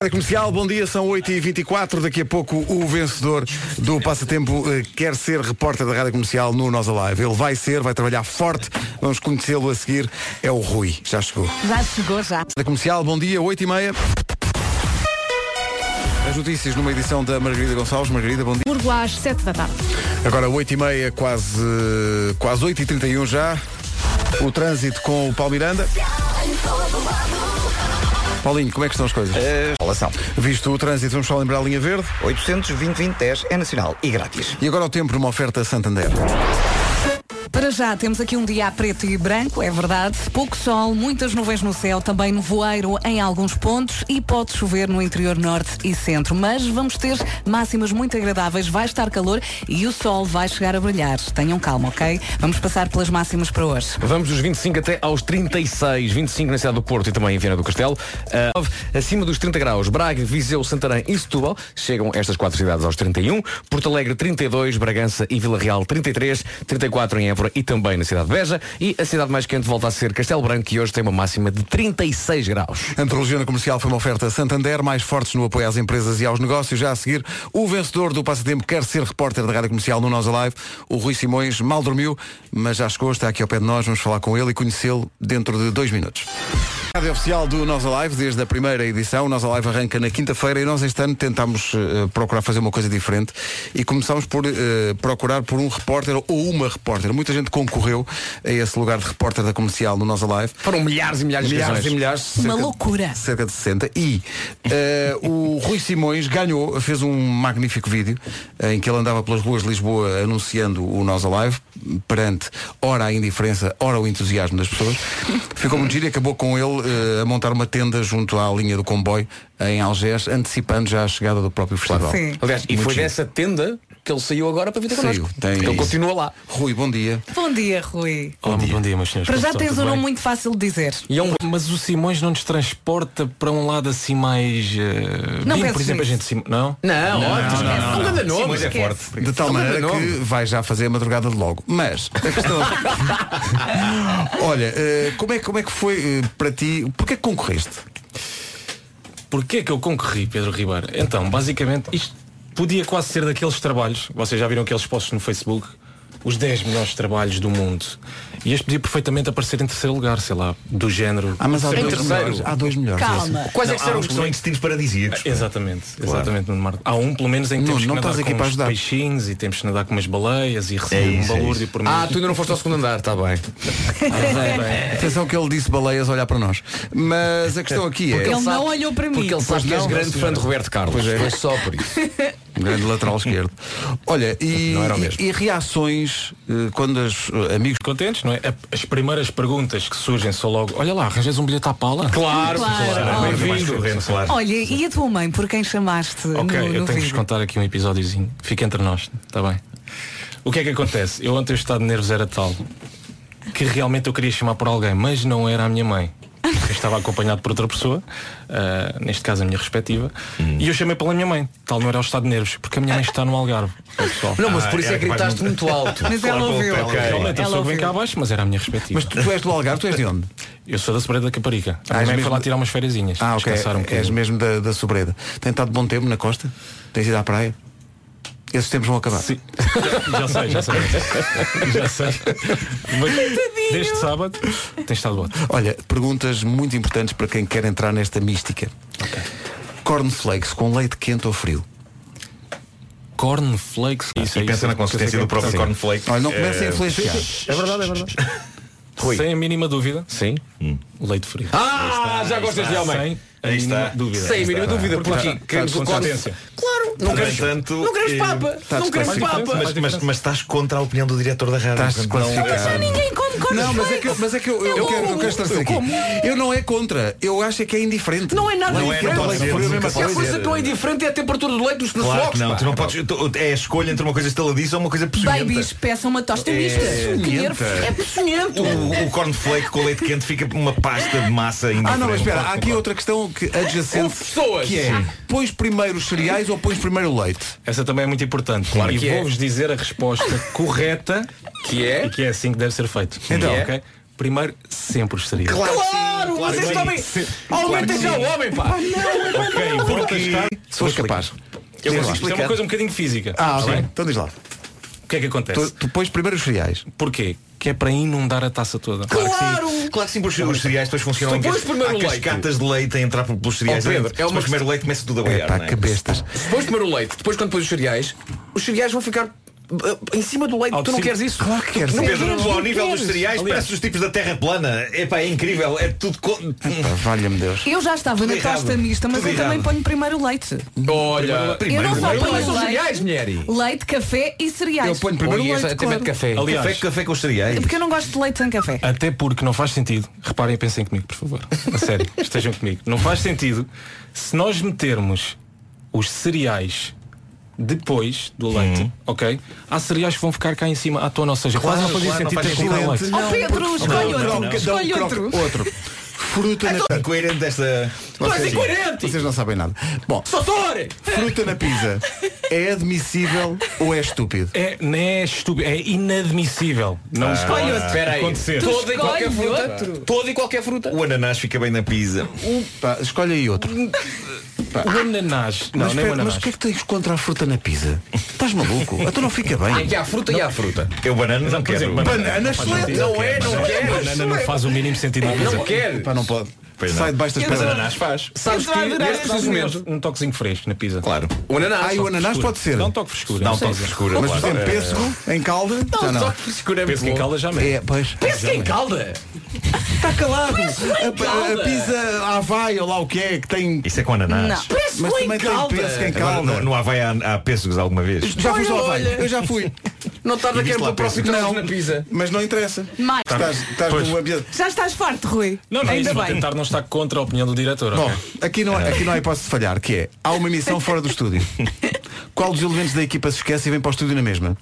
S1: Rádio Comercial, bom dia, são 8h24. Daqui a pouco o vencedor do Passatempo eh, quer ser repórter da Rádio Comercial no Nós Alive. Ele vai ser, vai trabalhar forte. Vamos conhecê-lo a seguir. É o Rui. Já chegou.
S3: Já chegou, já.
S1: Da Comercial, bom dia, 8h30. As notícias numa edição da Margarida Gonçalves. Margarida, bom dia.
S11: Burgo às 7 da tarde.
S1: Agora 8h30, quase, quase 8h31 já. O trânsito com o Paulo Miranda. Paulinho, como é que estão as coisas?
S2: Eh, Relação.
S1: Visto o trânsito, vamos só lembrar a linha verde.
S2: 820-2010 é nacional e grátis.
S1: E agora o tempo numa oferta Santander.
S3: Para já temos aqui um dia a preto e branco, é verdade. Pouco sol, muitas nuvens no céu, também nevoeiro em alguns pontos e pode chover no interior norte e centro. Mas vamos ter máximas muito agradáveis, vai estar calor e o sol vai chegar a brilhar. Tenham calma, ok? Vamos passar pelas máximas para hoje.
S4: Vamos dos 25 até aos 36. 25 na cidade do Porto e também em Viana do Castelo. Ah, nove, acima dos 30 graus, Braga, Viseu, Santarém e Setúbal. Chegam um. estas quatro cidades aos 31. Porto Alegre, 32. Bragança e Vila Real, 33. 34 em Évora Évora e também na cidade de Beja. E a cidade mais quente volta a ser Castelo Branco, que hoje tem uma máxima de 36 graus.
S12: Ah,
S1: Antologia na comercial foi uma oferta Santander, mais fortes no apoio às empresas e aos negócios. Já a seguir, o vencedor do Passatempo quer ser repórter da Rádio Comercial no Nós Alive. O Rui Simões mal dormiu, mas já chegou, está aqui ao pé de nós. Vamos falar com ele e conhecê-lo dentro de dois minutos. Rádio oficial do Nós Alive, desde a primeira edição. O Nós Alive arranca na quinta-feira e nós este ano tentámos eh, procurar fazer uma coisa diferente e começámos por eh, procurar por um repórter ou uma repórter. Muita gente concorreu a esse lugar de repórter da comercial no Nós Alive.
S4: Foram milhares e milhares de
S1: milhares e
S4: razões.
S1: milhares. cerca de-
S3: loucura.
S1: cerca de 60 e eh, o Rui Simões ganhou, fez um magnífico vídeo eh, em que ele andava pelas ruas de Lisboa anunciando o Nós Alive perante ora a indiferença, ora o entusiasmo das pessoas. Ficou muito giro e acabou com ele eh, a montar uma tenda junto à linha do comboio em Algés, antecipando já a chegada do próprio festival.
S4: Aliás, e
S1: Muito
S4: foi
S1: giro.
S4: dessa tenda que ele saiu agora para vir ter
S1: Saiu,
S4: connosco.
S1: tem-
S4: Ele continua lá.
S1: Rui, bom dia.
S3: Bom dia, Rui.
S12: Olá, muito bom dia, meus senhores.
S3: Para já
S12: Como estão?
S3: tens um
S12: Tudo
S3: nome
S12: bem?
S3: muito fácil de dizer.
S4: é um
S12: Mas o Simões não nos transporta para um lado assim mais. eh,
S3: Não
S12: bem,
S3: penses
S12: por exemplo, a
S3: nisso.
S12: gente. Sim... Não?
S3: Não,
S1: ótimo, esquece. Um grande nome.
S12: Simões é
S1: Esquece.
S12: forte.
S1: De tal
S12: Um grande
S1: maneira
S12: nome.
S1: que vai já fazer a madrugada de logo. Mas, a questão. Olha, eh, como, é, como é que foi eh, para ti? Porquê que concorreste?
S12: Porquê que eu concorri, Pedro Ribeiro? Então, basicamente, isto podia quase ser daqueles trabalhos, vocês já viram aqueles postos no Facebook, os 10 melhores trabalhos do mundo. E este podia perfeitamente aparecer em terceiro lugar, sei lá, do género.
S1: Ah, mas há
S12: Sei
S1: dois
S12: lá,
S1: melhores. Há dois melhores.
S12: assim,
S1: Esse.
S12: Não, há uns são
S9: destinos paradisíacos.
S12: Exatamente, exatamente, Nuno Marco. Há um, pelo menos, em que
S1: Nuno,
S12: temos
S1: não
S12: que nadar
S1: estás
S12: com
S1: aqui para
S12: uns
S1: ajudar.
S12: peixinhos e temos que nadar com umas baleias e
S1: É
S12: receber um
S1: isso, é
S12: balúrdio
S1: isso.
S12: por mês.
S4: Ah, tu ainda não foste ao segundo andar, está bem.
S1: Atenção que ele disse baleias a olhar para nós. Mas a questão aqui é.
S4: Porque ele Ele não sabe-
S3: olhou para mim.
S4: porque ele sabe
S1: Pois
S12: é
S4: que és
S1: não,
S4: grande
S1: não,
S4: fã de
S1: senhora.
S4: Roberto Carlos.
S1: Pois é.
S4: Foi só por isso.
S1: Um grande lateral esquerdo. Olha, e,
S12: Não era o
S1: e, e reações eh, quando as eh, amigos.
S12: Contentes, não é? A- As primeiras perguntas que surgem são logo, olha lá, arranjas um bilhete à pala?
S3: Claro, Claro, claro.
S12: claro.
S9: Bem-vindo.
S12: Bem-vindo. Claro.
S3: Olha, e a tua mãe, por quem chamaste
S12: Ok,
S3: no,
S12: eu
S3: no
S12: tenho que vos
S3: vídeo?
S12: contar aqui um episódiozinho. Fica entre nós, está bem? O que é que acontece? Eu ontem o estado de nervos era tal que realmente eu queria chamar por alguém, mas não era a minha mãe. Eu estava acompanhado por outra pessoa, ah, neste caso a minha respectiva,
S9: Hum.
S12: e eu chamei pela minha mãe. Tal não era o estado de nervos, porque a minha mãe está no Algarve. pessoal.
S4: Não, mas por
S13: Ah,
S4: isso é que gritaste muito alto.
S3: Mas ela ouviu.
S12: Ela Realmente, a
S3: Ela
S12: pessoa Então, que vem
S3: ouviu.
S12: cá abaixo, mas era a minha respectiva. Mas
S1: tu, és do Algarve, tu és de onde?
S12: Eu sou da Sobreira da Caparica. A
S1: Ah, és
S12: minha mãe
S1: mesmo
S12: foi lá
S1: de-
S12: tirar umas fériasinhas.
S1: Ah, ok.
S12: descansar um
S9: É.
S1: és
S12: bocadinho.
S1: mesmo da, da Sobreda. Tem estado bom tempo na costa? Tens ido à praia? Esses tempos vão acabar.
S12: Sim. já sei, já sei. já sei. Mas desde sábado tem estado ótimo.
S1: Olha, perguntas muito importantes para quem quer entrar nesta mística. Cornflakes com leite quente ou frio?
S12: Cornflakes. Isso,
S9: E pensa na consistência do próprio cornflake.
S1: Olha, não comecem
S9: Eh,
S1: a influenciar.
S12: É verdade, é verdade. Sem a mínima dúvida. Sim. Leite frio.
S4: Ah, já gostas de homem.
S12: Sem a mínima dúvida.
S4: Sem a mínima dúvida, porque
S12: tá,
S4: queremos o corte. Claro, não queremos,
S9: Portanto,
S4: não queremos
S9: eh,
S4: papa.
S9: está
S4: não queremos
S9: desconhecido.
S4: papa.
S9: Mas, mas, mas estás contra a opinião do diretor da rádio.
S1: Estás
S9: portanto,
S13: é
S9: não,
S1: desconhecido.
S9: eh,
S3: Ninguém come cornflakes.
S1: Não, mas é que, eu- mas é que eu, eu,
S3: Eu
S1: quero, eu
S3: como,
S1: quero estar
S3: eu
S1: aqui.
S3: como.
S1: Eu não é contra, eu acho é que é indiferente.
S3: Não é nada
S1: Leite
S9: Não é,
S1: quente,
S9: não pode
S1: leite frio,
S9: ser,
S1: a mesma
S9: nunca
S1: coisa.
S9: pode
S4: A coisa que não é indiferente é a temperatura do leite nos nos
S9: Claro
S4: flocos.
S9: que não,
S4: pá.
S9: tu não podes. tu- é a escolha entre uma coisa estaladiça ou uma coisa peçonhenta.
S3: Babies, peçam uma tosta mista. Que nervos.
S9: nojenta.
S3: É peçonhento.
S9: O, o cornflake com leite quente fica uma pasta de massa
S1: Ah
S9: indiferente.
S1: não, mas
S12: um
S1: espera, há aqui outra questão que é adjacente
S4: pessoas.
S1: que é pões primeiro os cereais ou pões primeiro o leite?
S12: Essa também é muito importante.
S4: Claro
S12: e
S4: que é.
S12: vou-vos dizer a resposta correta
S4: Que é?
S12: e que é assim que deve ser feito.
S1: Então.
S12: ok? Primeiro, sempre os cereais.
S4: Claro,
S9: sim, claro
S4: vocês
S9: que
S4: também.
S1: é
S4: Aumenta já o homem, pá.
S12: Ok, vou testar.
S1: Se fores capaz.
S12: Eu consigo.
S1: Diz lá.
S12: Isto é uma coisa um bocadinho física.
S1: Ah,
S12: Está
S1: ok.
S12: bem?
S1: Então diz lá.
S12: O que é que
S1: Tu,
S12: acontece?
S1: tu pões primeiro os cereais.
S12: Porquê? Que é para inundar a taça toda.
S9: Claro que sim, claro que sim, porque os cereais depois
S12: é um
S9: funcionam
S4: Se tu
S9: em
S4: pões
S9: cas-
S4: primeiro
S9: há
S4: o leite.
S9: cascatas de leite a entrar por- pelos cereais.
S4: Oh, Pedro,
S9: dentro.
S4: é
S9: Se
S4: uma-
S9: pões primeiro o leite começa tudo a boiar.
S1: Epá,
S9: não é?
S1: que bestas.
S4: Depois primeiro o leite, depois quando pões os cereais, os cereais vão ficar eh, em cima do leite.
S12: Ao de
S4: tu não
S12: cima.
S4: queres isso?
S1: Claro que queres.
S9: Pedro,
S4: queres,
S9: tu, ao
S4: não
S9: nível dos
S4: queres.
S9: cereais,
S12: Aliás.
S9: parece os tipos da terra plana. Epá, é incrível, é tudo. co-
S1: Pá, Valha-me Deus.
S3: Eu já estava na
S9: Tudo errado.
S3: tosta mista, mas
S9: Tudo
S3: eu também
S9: errado.
S3: ponho primeiro o leite.
S4: Olha,
S3: Eu não só
S4: primeiro
S3: ponho
S4: leite. São
S3: leite.
S4: cereais, mulher.
S3: Leite, café e cereais.
S4: Eu ponho primeiro leite, até
S3: claro.
S4: mete café.
S12: Aliás,
S9: Café, café com os cereais.
S3: Porque eu não gosto de leite sem café.
S12: Até porque não faz sentido, reparem e pensem comigo, por favor. A sério, estejam comigo. Não faz sentido se nós metermos os cereais depois do leite, ok? Há cereais que vão ficar cá em cima à tona, ou seja, quase não fazia
S9: claro, não
S12: sentido
S9: faz
S12: ter colocado
S9: sentido.
S12: leite.
S13: Então
S3: Ó Pedro, escolhe outro. Escolhe outro.
S1: Outro. Fruta na pizza.
S13: Incoerente desta.
S1: Vocês-
S13: Mas incoerente!
S1: Vocês não sabem nada. Bom,
S13: Doutor!
S1: fruta na pizza é admissível ou é estúpido?
S12: É, não é estúpido, é inadmissível. Não
S13: Ah,
S12: pode
S13: outro. Espera aí.
S12: acontecer.
S13: Tu Toda e qualquer escolhe fruta. outro.
S12: Toda e qualquer fruta.
S13: O ananás fica bem na pizza.
S1: Pá, escolhe aí outro.
S12: O ananás. Não,
S1: mas,
S12: nem o
S1: espera, mas
S12: ananás.
S1: o que é que tens contra a fruta na pizza? Estás maluco? Então não fica bem.
S12: É que há fruta e há
S13: fruta. Eu banana não
S12: Por
S13: quero.
S12: exemplo,
S1: Banana
S12: faz sentido.
S1: excelente. Não é, não
S12: Banana-
S1: quer.
S12: Banana não faz o mínimo sentido. na
S1: Não
S12: pizza.
S1: quer. Pá, não pode. Sai debaixo das
S12: Mas
S1: pernas.
S12: ananás faz. Sabes
S1: Eu tô a
S12: que
S1: adorar
S12: neste
S1: este
S12: momento um toquezinho fresco na pizza. Claro.
S1: O ananás. Ah, e o ananás pode ser.
S12: Dá um toque de frescura.
S1: Dá um
S12: Não sei.
S1: toque de frescura, Mas, por claro. exemplo, pêssego em calda?
S12: Dá
S1: Já
S12: um
S1: não.
S12: toque de frescura. é
S1: Pêssego
S12: muito
S1: em
S12: bom.
S1: calda já mete. É, pois.
S12: Pêssego em calda?
S1: Está calado.
S12: Pêssego em
S1: A, a,
S12: calda.
S1: a pizza Havaí ou lá o que é que tem.
S13: Isso é com ananás.
S1: Não. Pêssego Mas em também tem calda. pêssego em
S13: Agora,
S1: calda.
S13: No, no Havaí há, há pêssegos alguma vez?
S1: Já fui ao Havaí.
S13: Olha, olha.
S1: Eu já fui.
S13: Não estás a
S1: E
S13: querer
S1: viste lá
S13: para o é próximo
S1: pêssego.
S13: estágio
S1: Não,
S13: na pizza.
S1: Mas não interessa.
S3: Mais.
S1: Estás, estás
S12: Tá Pois.
S1: no ambiente.
S3: Já estás farto, Rui.
S12: Não, não,
S3: Ainda
S12: isso, vou
S3: bem.
S12: tentar não estar contra a opinião do diretor.
S1: Bom,
S12: ok?
S1: aqui não, há- aqui não há hipótese de falhar, que é, há uma missão fora do estúdio. Qual dos elementos da equipa se esquece e vem para o estúdio na mesma?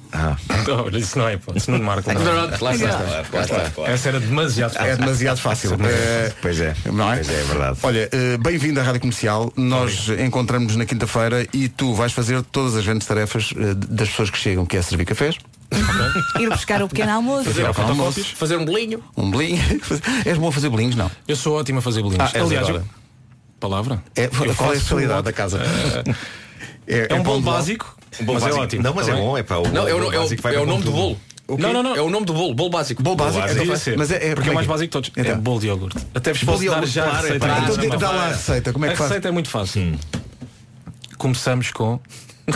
S12: Então, olha, isso não é hipótese, não marco. Não.
S1: Lá está, lá está, lá está.
S12: Essa era demasiado fácil.
S1: É demasiado fácil. É,
S13: Pois é.
S1: não é?
S13: Pois é, é verdade.
S1: Olha, eh, bem-vindo à Rádio Comercial. Nós encontramos na quinta-feira e tu vais fazer todas as grandes tarefas eh, das pessoas que chegam, que é servir cafés,
S3: Ir buscar o pequeno almoço.
S1: Fazer ao almoço.
S12: Fazer um bolinho.
S1: um bolinho. És bom a fazer bolinhos, não?
S12: Eu sou ótimo a fazer bolinhos.
S1: Ah, és
S12: Aliás,
S1: agora.
S12: eu- palavra?
S1: É,
S12: Eu
S1: qual é a
S12: faço
S1: especialidade
S12: um-
S1: da casa?
S12: É, um
S1: pão
S12: bolo
S1: de ló?
S12: básico,
S13: Um bolo
S12: mas
S13: básico.
S12: é ótimo.
S13: Não, mas
S12: tá
S13: é
S12: bem?
S13: bom, é pá, o-
S4: Não, é o-
S13: bolo
S4: é o-
S13: básico vai
S4: é o
S13: bem com
S4: nome do
S13: tudo.
S4: bolo.
S1: O quê?
S4: Não, não, não, é o nome do bolo, bolo básico.
S1: Bolo básico?
S12: Então
S1: Então
S12: vai
S1: vai-
S12: ser.
S1: mas é- é-
S12: Porque é o mais
S1: como é
S12: básico de todos. É
S1: Então.
S12: bolo de iogurte. Até vos
S1: Bolo
S12: posso
S1: de
S12: dar
S1: iogurte,
S12: já
S1: claro,
S12: a
S1: é
S12: receita.
S1: pá.
S12: da
S1: Então
S12: próxima
S1: dá lá a
S12: feira.
S1: receita, como é que
S12: A
S1: faz?
S12: receita é muito fácil. Começamos com...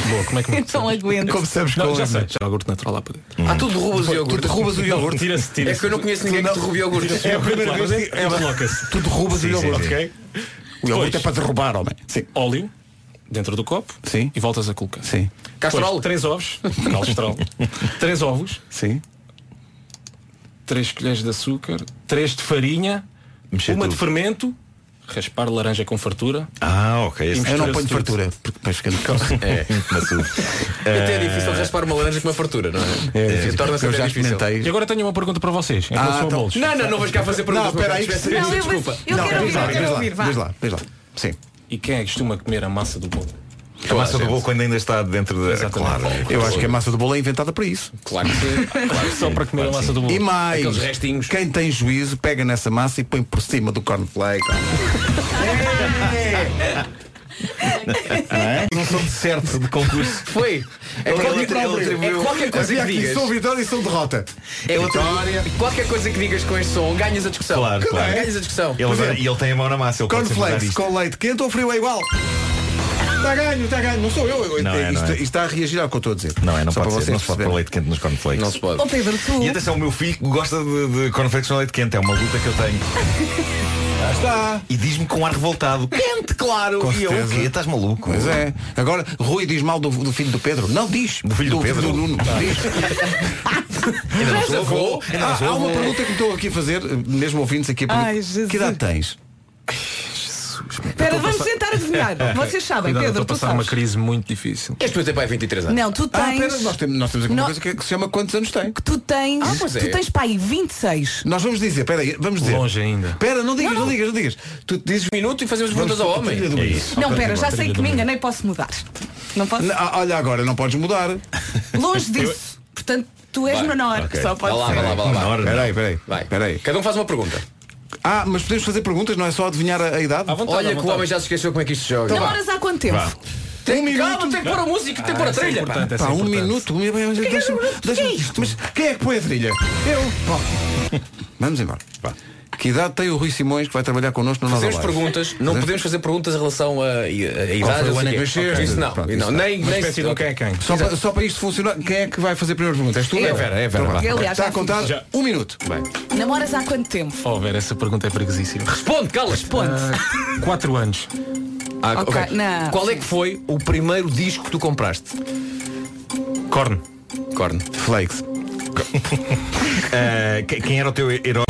S12: Boa, como é que me
S3: Então aguento.
S1: Começamos
S12: Não,
S1: com
S12: já
S1: as-
S12: sei, já há iogurte natural lá para dentro.
S1: Hum.
S4: Ah, tu derrubas o
S1: Tu
S4: iogurte.
S1: derrubas o iogurte.
S12: Tira-se,
S4: É
S12: tira-se.
S4: que eu não conheço ninguém que derrube iogurte.
S12: É a primeira vez que
S1: é-
S12: desloca-se.
S1: Tu derrubas o iogurte.
S12: Ok?
S1: O iogurte
S12: Pois.
S1: é para derrubar, homem. Sim.
S12: Óleo dentro do copo
S1: Sim.
S12: e voltas a colocar.
S1: Sim.
S12: Castrol. Três ovos. Castrol. três ovos.
S1: Sim.
S12: Três colheres de açúcar. Três de farinha.
S13: Mexer
S12: uma
S13: tudo.
S12: de fermento. Raspar laranja com fartura.
S13: Ah, ok. esse-
S1: Eu não ponho
S12: Mistura-se
S1: fartura, porque depois fica no calço.
S4: É.
S13: Mas o-
S4: Até é difícil raspar uma laranja com uma fartura, não é?
S1: É,
S4: Torna-se
S1: eu
S4: até
S1: já
S4: difícil.
S12: E
S1: experimentei.
S12: agora tenho uma pergunta para vocês. Em
S1: Ah,
S12: relação a
S1: então.
S12: bolos.
S4: Não, não, não vais cá fazer perguntas.
S1: Não, espera aí,
S4: Peço
S1: que-
S4: imensa
S3: Não, eu-
S4: desculpa.
S3: eu quero
S1: diz
S3: ouvir,
S1: lá,
S3: eu
S1: diz
S3: quero
S1: lá,
S3: ouvir, vá.
S1: diz lá, diz lá. Sim.
S12: E quem é que costuma comer a massa do bolo?
S13: A massa do bolo quando ainda está dentro da. Claro.
S1: Eu acho que a massa do bolo é inventada para isso.
S4: Claro que sim. Claro que sim.
S12: Só para comer a massa do bolo.
S1: E mais,
S4: Aqueles restinhos.
S1: quem tem juízo pega nessa massa e põe por cima do cornflake.
S3: É.
S13: Não sou de certo de concurso.
S4: Foi. É qualquer,
S1: um
S4: é qualquer coisa que digas.
S1: sou vitória e sou derrota. Então,
S4: É outra- Qualquer coisa que digas com este som, ganhas a discussão.
S13: Claro, claro.
S4: Ganhas a discussão.
S13: Ele, agora- e ele tem a mão na massa. Ele pode sempre dar
S1: é. Cornflakes
S13: isto.
S1: com leite quente ou frio é igual. Está ganho, está ganho. Não sou eu. eu
S13: Não é, não
S1: isto,
S13: é.
S1: isto está a reagir ao que eu estou a dizer.
S13: Não é, não
S1: Só
S13: pode
S1: para
S13: ser.
S1: vocês
S13: Não se pode pôr
S1: perceberem.
S13: leite quente nos cornflakes.
S4: Não se pode.
S3: Ó Pedro, tu.
S13: E atenção, o meu filho gosta de, de cornflakes com leite quente. É uma luta que eu tenho.
S1: Lá está.
S13: E diz-me com ar revoltado. Quente, claro.
S1: Com
S13: e eu, o
S1: certeza.
S13: quê? Estás maluco?
S1: Pois é. Agora, Rui diz mal do, do filho do Pedro. Não diz.
S13: Do filho do Pedro?
S1: Nuno. Diz.
S13: Ainda não sou avô. Ainda não
S1: Ah,
S13: sou
S1: há
S13: avô.
S4: É.
S1: uma pergunta que estou aqui a fazer, mesmo ouvintes aqui a perguntar.
S3: Ai, Jesus.
S1: Que idade tens?
S3: Espera, vamos tentar adivinhar. Vocês sabem,
S12: Cuidado, eu estou
S3: Pedro,
S12: a
S3: tu
S12: passar uma
S3: sabes.
S12: crise muito difícil.
S4: Este meu tempo é 23 anos.
S3: Não, tu
S1: Ah, espera,
S3: tens.
S1: nós temos, nós temos aqui
S3: Não.
S1: uma coisa que, que se chama quantos anos tem.
S3: Tu tens.
S4: Ah, pois é.
S3: Tu tens pai 26.
S1: Nós vamos dizer, espera aí, vamos dizer.
S12: Longe ainda.
S1: Espera, não digas, não, digas, não digas. Tu dizes
S4: Um minuto e fazemos perguntas ao homem.
S1: Trilha do
S13: É
S1: Minuto.
S13: isso.
S3: Não, pera, já
S12: continua,
S3: sei que me
S12: continua.
S3: enganei, posso mudar. Não posso?
S1: N- ah, Olha agora, não podes mudar.
S3: Longe disso. Portanto, tu és
S4: Vai,
S3: menor.
S13: ok.
S3: Só
S4: Vá
S3: pode
S4: lá,
S3: ser.
S4: vá lá, vá lá.
S13: Menor,
S1: Espera aí, espera aí.
S4: Vai.
S1: Espera aí.
S4: Cada um faz uma pergunta.
S1: Ah, mas podemos fazer perguntas, não é só adivinhar a, a idade?
S12: À vontade, à
S4: Olha que o
S12: vontade.
S4: homem já se esqueceu como é que isto se joga.
S3: Namoras há quanto tempo?
S4: Tem,
S1: Um
S4: calma,
S1: minuto.
S4: tem que pôr a música, tem que pôr
S12: Ah,
S4: a
S12: isso é
S4: trilha. pá.
S12: importante, isso é
S1: Pá, um
S12: importante.
S1: minuto. Deixa, deixa, mas quem é que põe a trilha? Eu. Bom, Vamos embora. Que idade tem o Rui Simões que vai trabalhar connosco no Nova
S4: Fazemos
S1: Live?
S4: perguntas, não podemos fazer perguntas em relação a, a, a
S1: foi
S4: idade.
S1: o
S4: não
S1: ano
S4: sei
S1: em
S4: quê.
S1: que nasceste?
S4: Isso não,
S1: Pronto,
S4: não,
S1: isso não.
S4: nem,
S12: Uma
S4: nem
S12: espécie de um quem é quem.
S1: Só para, só para isto funcionar, quem é que vai fazer a primeira pergunta? És tu, Vera?
S4: Eu. É Vera, é Vera,
S1: Então
S4: vá.
S1: vá.
S3: Eu, aliás,
S1: Está
S3: já
S1: a contar
S12: fiz.
S1: um minuto.
S3: Namoras há quanto tempo?
S12: Oh, Vera, essa pergunta é perigosíssima.
S4: Responde, cala
S3: Ponte.
S12: Ah, Quatro anos.
S4: Ah,
S3: Ok,
S4: ok.
S3: não.
S4: Qual é que foi o primeiro disco que tu compraste?
S12: Corno.
S4: Corno.
S1: Flakes.
S13: Ah, que- quem era o teu herói?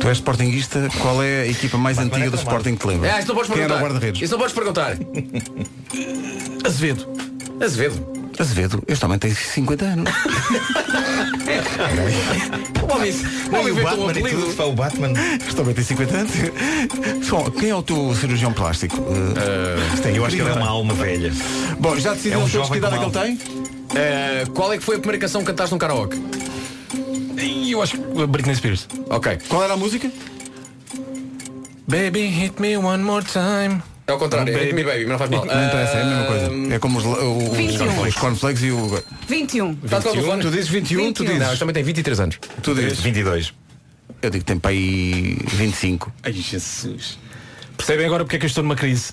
S1: Tu és sportinguista, qual é a equipa mais antiga do Sporting que te lembra?
S4: Ah, isto não podes
S1: Quem era
S4: perguntar.
S1: o guarda-redes?
S4: Isso não podes perguntar.
S12: Azevedo.
S4: Azevedo.
S13: É.
S1: Azevedo, este também tem 50 anos.
S13: Ah,
S4: O homem, o homem inventou um apelido.
S1: o Batman. Este também tem 50 anos. João, quem é o teu cirurgião plástico?
S13: eu acho que ele é uma alma velha.
S1: Bom, já decidiram
S13: É um
S1: todos que
S13: jovem
S1: idade é que
S13: com
S1: ele tem?
S4: Eh, qual é que foi a primeira canção que cantaste num karaoke?
S12: Eu acho que Britney Spears.
S4: Ok.
S1: Qual era a música?
S12: Baby, hit me one more time.
S4: É ao contrário, é Hit Me Baby, mas não faz mal.
S1: Não interessa, é a mesma
S4: Ah,
S1: coisa. É como os, la- o- os
S3: 21.
S1: os cornflakes e o.
S3: 21.
S4: Está com o telefone?
S1: um, Tu dizes 21, tu
S3: 21.
S1: dizes.
S4: um. Não, isto também tem 23 anos.
S1: Tu dizes.
S13: 22.
S1: Eu digo que tem para aí 25.
S12: Ai, Jesus. Percebem agora porque é que eu estou numa crise?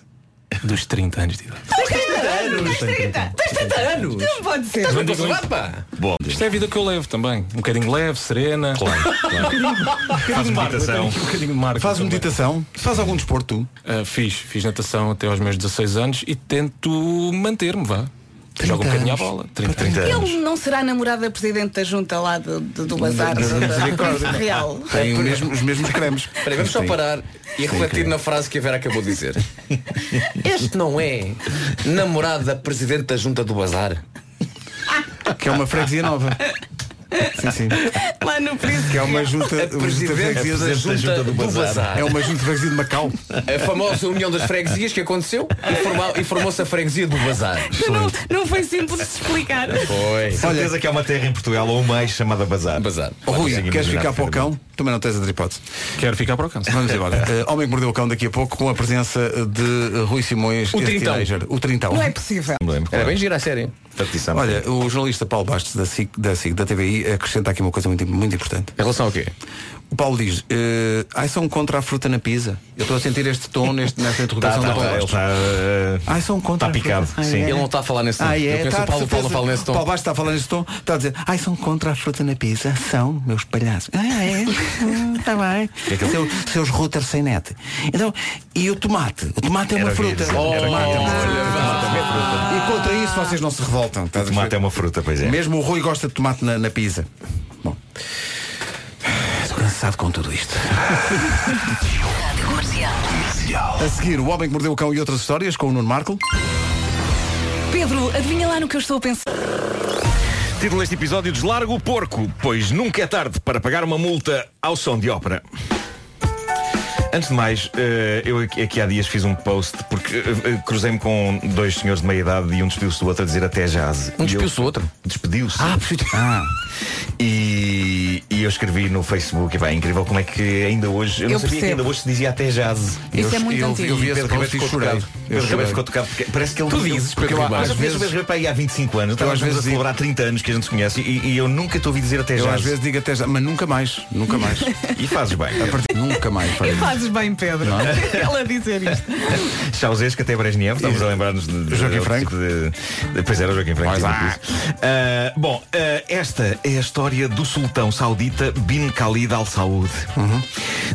S12: Dos 30 anos de idade.
S3: Tens 30 anos! Tens 30! Tens 30 anos! Não pode ser!
S12: Mas digo isto. Isto é a vida que eu levo também. Um bocadinho leve, serena. Claro, Faz meditação. Um bocadinho de marco.
S1: Faz meditação? Faz algum desporto?
S12: Ah, fiz. Fiz natação até aos meus 16 anos e tento manter-me, vá. Jogo um bocadinho à bola. 30,
S3: Ele não será namorado da presidente da junta lá do, do, do bazar
S12: Da- da-
S3: da-
S12: da
S3: da-
S12: Misericórdia.
S3: real.
S1: Tem o mesmo- os mesmos cremes.
S4: É Espera aí, vamos só
S1: Sim.
S4: parar e refletir na frase que a Vera acabou de dizer. Este não é namorado da presidente da junta do bazar.
S1: Que é uma freguesia nova. Sim, sim.
S3: Lá no Príncipe.
S1: Que é uma junta, uma junta
S4: presidente
S1: de freguesias
S4: da junta do bazar. um-
S1: É uma junta de freguesia de Macau.
S4: A famosa união das freguesias que aconteceu e forma- e formou-se a freguesia do bazar.
S3: Não, não foi simples de explicar.
S4: Foi.
S13: Certeza que há uma terra em Portugal ou mais chamada Bazar.
S4: Bazar.
S1: Oh, Rui,
S13: Conseguimos
S1: queres
S13: virar
S1: ficar para
S13: firme.
S1: o cão? Também não tens outra hipótese.
S12: Quero ficar para o cão.
S1: Vamos embora. Eh, Homem que mordeu o cão daqui a pouco com a presença de eh, Rui Simões,
S4: O
S1: este
S4: Trintão.
S1: teenager. O Trintão.
S3: Não é possível.
S4: Era bem gira a série.
S13: é
S1: Olha, o jornalista Paulo Bastos da SIC, da, SIC, da TVI acrescenta aqui uma coisa muito, muito importante.
S4: Em relação ao quê?
S1: O Paulo diz, eh, ai são contra a fruta na pizza. Eu estou a sentir este tom neste, nesta
S13: Tá,
S1: interrogação
S13: tá,
S1: do Ah, Paulo
S13: tá, ele
S1: Bastos.
S13: está. eh,
S1: Ai, são contra.
S13: Tá picado,
S1: Ai,
S13: sim.
S1: um é.
S13: Ele
S4: não está a falar nesse tom.
S1: Ai,
S4: Eu
S1: é,
S4: penso
S1: tá,
S4: o Paulo-
S1: de
S4: Paulo
S1: certeza.
S4: fala nesse tom.
S1: Paulo Bastos está a falar nesse tom. Está a dizer, ai, são contra a fruta na pizza. São, meus palhaços. Ah, é? Está bem.
S13: É que ele-
S1: Seu- seus routers sem net. Então, e o tomate? O tomate é uma
S13: Era o que eu ia
S1: fruta.
S13: dizer, era o que eu ia dizer.
S1: Tomate. E contra isso vocês não se revoltam. estás
S13: O
S1: a ver?
S13: tomate é uma fruta, pois é.
S1: Mesmo o Rui gosta de tomate na, na pizza. Bom. Estou cansado com tudo isto.
S5: Rádio Comercial.
S1: A seguir, o Homem que Mordeu o Cão e outras histórias com o Nuno Marco.
S3: Pedro, adivinha lá no que eu estou a pensar.
S13: Título deste episódio: Deslarga o porco, pois nunca é tarde para pagar uma multa ao som de ópera. Antes de mais, eh, eu aqui aqui há dias fiz um post porque eh, eh, cruzei-me com dois senhores de meia idade e um despediu-se do outro a dizer até jazz. E
S4: Um
S13: eu-
S4: despiu-se do outro.
S13: Despediu-se.
S1: Ah,
S13: E, e eu escrevi no Facebook, e pá, é incrível como é que ainda hoje, eu,
S3: Eu
S13: não sabia que
S3: percebo.
S13: ainda hoje se dizia até jazz.
S3: Isso é muito
S1: eu,
S3: antigo.
S1: eu vi esse
S13: Pedro Ribeiro
S1: post e
S13: ficou
S1: chorei.
S13: tocado.
S1: Eu
S13: Pedro Ribeiro
S1: chorei.
S13: ficou tocado porque parece que ele.
S4: Tu dizes, Pedro
S13: porque eu,
S4: Ribeiro.
S13: mas eu conheço o Pedro Ribeiro para aí há 25 anos. Estávamos
S1: às vezes
S13: a celebrar 30 anos que a gente se conhece e, e eu nunca te ouvi dizer até
S1: Eu
S13: já.
S1: às vezes digo até já, mas nunca mais, nunca mais.
S13: E fazes bem.
S1: A partir nunca mais.
S3: E
S1: Faria.
S3: fazes bem, Pedro.
S1: Não é?
S3: Ela a dizer isto.
S13: Chauzês que até Brezhnev, estamos a lembrar-nos de, de
S1: Joaquim
S13: outro
S1: Franco.
S13: de, de, pois era o Joaquim Franco.
S1: Pois
S13: tinha
S1: lá.
S13: dito isso. Ah, bom, ah, esta é a história do sultão saudita Bin Khalid Al Saud.
S1: Uhum.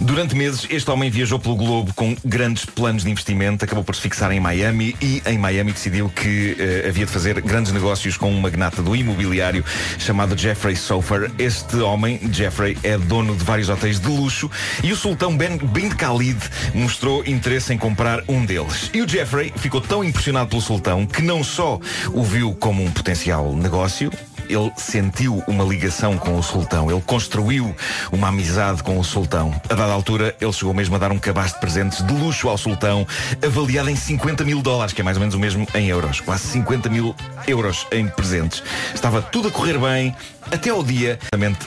S13: Durante meses, este homem viajou pelo globo com grandes planos de investimento, acabou por se fixar em Miami e em Miami decidiu que ah, havia de fazer grandes negócios com um magnata do imobiliário chamado Jeffrey Sofer. Este homem, Jeffrey, é dono de vários hotéis de luxo e o sultão ben, Bin Khalid mostrou interesse em comprar um deles. E o Jeffrey ficou tão impressionado pelo sultão que não só o viu como um potencial negócio, ele sentiu uma ligação com o sultão, ele construiu uma amizade com o sultão. A dada altura, ele chegou mesmo a dar um cabaz de presentes de luxo ao sultão, avaliado em 50 mil dólares, que é mais ou menos o mesmo em euros. Quase 50 mil euros em presentes. Estava tudo a correr bem, até ao dia,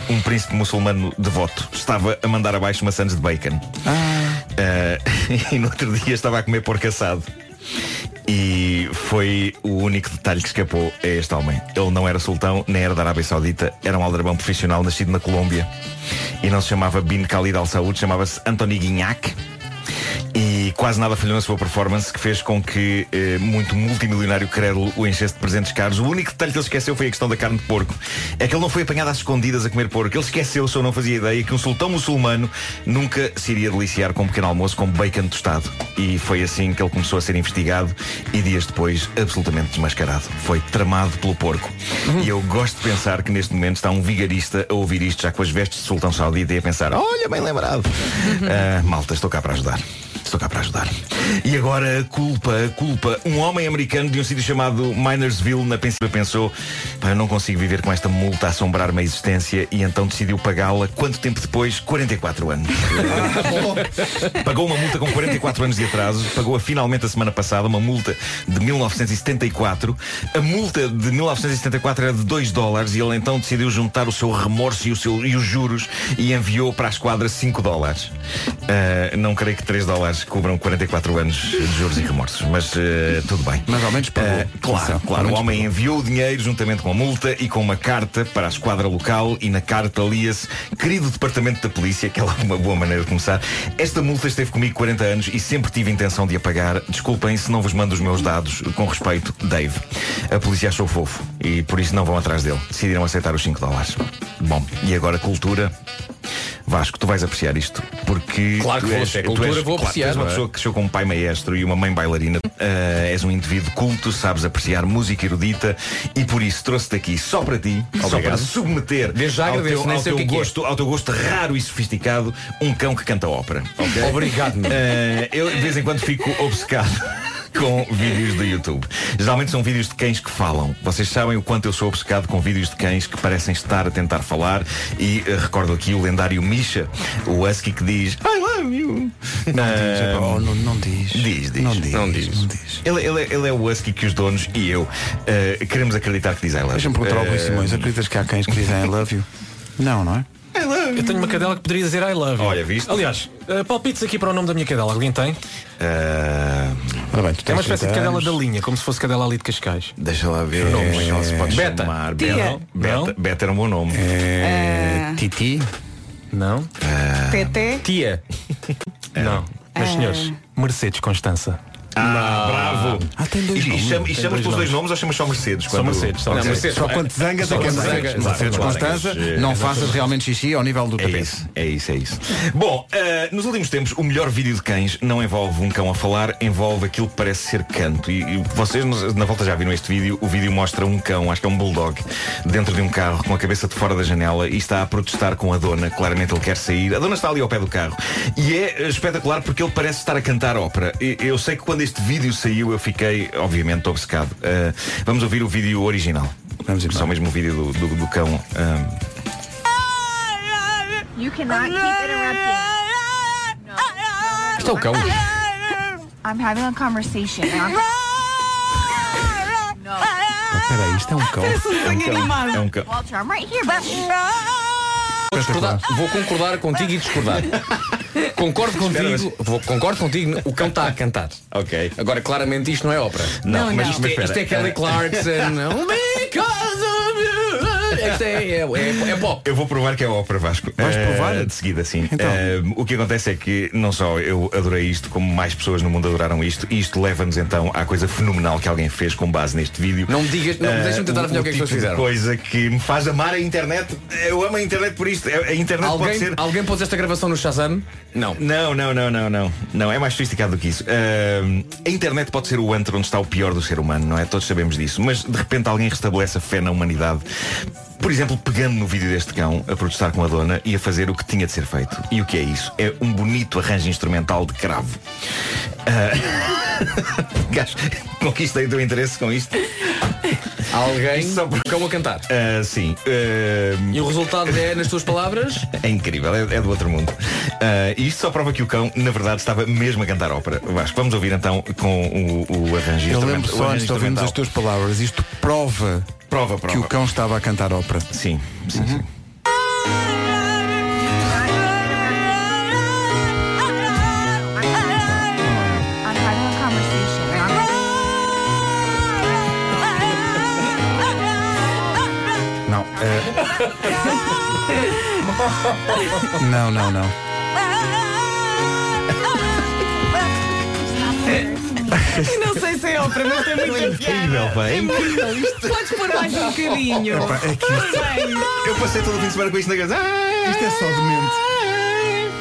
S13: um príncipe muçulmano devoto estava a mandar abaixo maçãs de bacon. Ah, e no outro dia estava a comer porco assado. E foi o único detalhe que escapou a este homem. Ele não era sultão, nem era da Arábia Saudita, era um aldrabão profissional nascido na Colômbia. E não se chamava Bin Khalid Al Saud, chamava-se Anthony Guignac. E quase nada falhou na sua performance, que fez com que eh, muito multimilionário crédulo o enchesse de presentes caros. O único detalhe que ele esqueceu foi a questão da carne de porco. É que ele não foi apanhado às escondidas a comer porco. Ele esqueceu-se ou não fazia ideia que um sultão muçulmano nunca se iria deliciar com um pequeno almoço com bacon tostado. E foi assim que ele começou a ser investigado e dias depois absolutamente desmascarado. Foi tramado pelo porco. E eu gosto de pensar que neste momento está um vigarista a ouvir Eh, isto já com as vestes de sultão saudita e a pensar, olha, bem lembrado. Ah, malta, estou cá para ajudar. Estou cá para ajudar. E agora a culpa, a culpa. Um homem americano de um sítio chamado Minersville, na Pensilvânia, pensou: "Pá, eu não consigo viver com esta multa a assombrar-me a existência e então decidiu pagá-la. Quanto tempo depois? 44 anos. Pagou uma multa com 44 anos de atraso, pagou-a finalmente a semana passada, uma multa de 1974. A multa de 1974 era de 2 dólares e ele então decidiu juntar o seu remorso e, o seu- e os juros e enviou para a esquadra 5 dólares. Ah, não creio que 3 dólares cobram 44 anos de juros e remorsos, mas ah, tudo bem.
S1: Mas ao menos pagou.
S13: Ah, claro,
S1: Atenção, ao
S13: claro. O
S1: menos
S13: homem enviou o dinheiro juntamente com a multa e com uma carta para a esquadra local e na carta lia-se Querido Departamento da Polícia, que é logo uma boa maneira de começar, esta multa esteve comigo 40 anos e sempre tive intenção de a pagar. Desculpem se não vos mando os meus dados. Com respeito, Dave. A polícia achou fofo e por isso não vão atrás dele. Decidiram aceitar os 5 dólares. Bom, e agora cultura. Vasco, tu vais apreciar isto porque
S4: Claro que
S13: tu
S4: vou,
S13: és,
S4: se é
S13: tu
S4: cultura,
S13: és-
S4: vou
S13: claro,
S4: apreciar,
S13: tu és uma
S4: não é?
S13: pessoa que cresceu com um pai maestro e uma mãe bailarina. Ah, és um indivíduo culto, sabes apreciar música erudita e por isso trouxe-te aqui só para ti, só para
S4: Obrigado.
S13: submeter
S4: Desde já
S13: ao,
S4: agradeço,
S13: teu,
S4: nem
S13: ao
S4: sei
S13: teu
S4: o que é que é.
S13: gosto, ao teu gosto raro e sofisticado, um cão que canta ópera. ok?
S4: Obrigado, meu.
S13: Ah, eu de vez em quando fico obcecado. Com vídeos do YouTube. Geralmente são vídeos de cães que falam. Vocês sabem o quanto eu sou obcecado com vídeos de cães que parecem estar a tentar falar. E ah, recordo aqui o lendário Misha, o Husky que diz I love you. Não diz, é não, diz. Diz, diz. Não diz. Ele, ele é- ele é o husky que os donos e eu eh, queremos acreditar que diz I love you.
S1: Deixa-me perguntar ao Rui
S13: Eh,
S1: Simões, acreditas que há cães que dizem I love you? Não, não é?
S12: Eu tenho uma cadela que poderia dizer I love. you.
S13: Olha, viste?
S12: Aliás, eh, palpites aqui para o nome da minha cadela. Alguém tem?
S13: eh,
S1: Ora bem, tu
S12: É
S1: tens
S12: uma espécie de
S1: 30
S12: cadela
S1: anos.
S12: da linha, como se fosse cadela ali de Cascais.
S13: Deixa lá ver.
S12: Não, mas ela se pode
S13: Beta.
S12: chamar
S13: é Beta.
S12: Tia.
S13: Beta. Beta era um bom nome.
S1: Ah.
S3: É,
S1: Titi?
S12: Não.
S3: TT?
S12: Tia. Não. Mas
S3: Ah.
S4: É.
S12: senhores, Mercedes Constança.
S13: Ah, bravo.
S1: Ah, tem
S13: E,
S1: dois
S13: e,
S1: nomes.
S13: chama, e
S12: Tem
S13: chamas
S12: dois
S13: pelos
S12: nomes.
S13: dois nomes ou chamas só Mercedes?
S12: Só Mercedes, só
S13: Ok.
S12: Mercedes.
S1: Só quando te zangas é
S13: Só
S1: que é
S13: quando
S1: Mercedes.
S13: zangas.
S1: Mercedes
S13: Claro,
S1: Constança,
S13: é,
S1: não
S13: exatamente.
S1: faças realmente xixi ao nível do
S13: É
S1: tapete.
S13: isso, é isso, é isso. Bom, eh, nos últimos tempos, o melhor vídeo de cães não envolve um cão a falar, envolve aquilo que parece ser canto. E, e vocês, nos- na volta, já viram este vídeo. O vídeo mostra um cão, acho que é um bulldog, dentro de um carro, com a cabeça de fora da janela e está a protestar com a dona. Claramente ele quer sair. A dona está ali ao pé do carro. E é eh, espetacular porque ele parece estar a cantar ópera. E- eu sei que quando este vídeo saiu, eu fiquei, obviamente, obcecado. Eh, vamos ouvir o vídeo original. Vamos Só mesmo o vídeo do, do- do cão. ah,
S14: You cannot keep interrupting.
S13: Isto é o cão.
S14: I'm having a conversation.
S1: Peraí, isto é um cão.
S14: Parece um
S1: É
S14: desenho
S1: cão.
S14: animado.
S13: É um cão.
S14: Walter, I'm right here, but
S4: Vou, discordar- vou concordar contigo e discordar. Concordo contigo, vou- concordo contigo, o cão está a cantar.
S13: Ok.
S4: Agora, claramente isto não é ópera.
S13: Não, Não, mas não.
S4: Isto, é,
S13: espera. eh,
S4: isto é Kelly Clarkson. Oh, não? Isto é, é, é, é pop.
S13: Eu vou provar que é ópera Vasco. Vais
S4: provar?
S13: De seguida, sim. Eh, o que acontece é que não só eu adorei isto, como mais pessoas no mundo adoraram isto, e isto leva-nos então à coisa fenomenal que alguém fez com base neste vídeo.
S4: Não me digas- não,
S13: Eh,
S4: deixa-me tentar adivinhar o que é que
S13: tipo
S4: as pessoas fizeram.
S13: de coisa que me faz amar a internet. Eu amo a internet por isto. É, A a internet pode
S4: Alguém,
S13: ser.
S4: alguém pôs esta gravação no Shazam? Não.
S13: Não, não, não, não, não. Não, é mais sofisticado do que isso. Ahm, a internet pode ser o antro onde está o pior do ser humano, não é? Todos sabemos disso. Mas de repente alguém restabelece a fé na humanidade. Por exemplo, pegando no vídeo deste cão a protestar com a dona e a fazer o que tinha de ser feito. E o que é isso? É um bonito arranjo instrumental de cravo. Ah, Gajo, conquistei o teu interesse com isto.
S4: Alguém cão a cantar.
S13: Ah, sim. Eh, Ahm,
S4: E o resultado é, nas tuas palavras,
S13: é incrível, é, é do outro mundo. Ah, e isto só prova que o cão, na verdade, estava mesmo a cantar ópera. Vasco, vamos ouvir então com o, o arranjo
S1: Eu
S13: instrumental-
S1: lembro
S13: o
S1: só
S13: arranjo
S1: antes de ouvirmos
S13: instrumental.
S1: as tuas palavras. Isto prova,
S13: prova,
S1: que o cão estava a cantar ópera. Uhum.
S13: Sim, sim, sim.
S14: I'm having a conversation.
S1: Não. eh, Não, não, não.
S3: Eu não sei se é ópera, mas tem muita
S13: Incrível, pá, é incrível isto.
S3: Podes pôr mais um bocadinho.
S13: Epá, é que isto- Eu passei todo o fim de semana com isto na casa. Ah!
S1: Isto é só demente.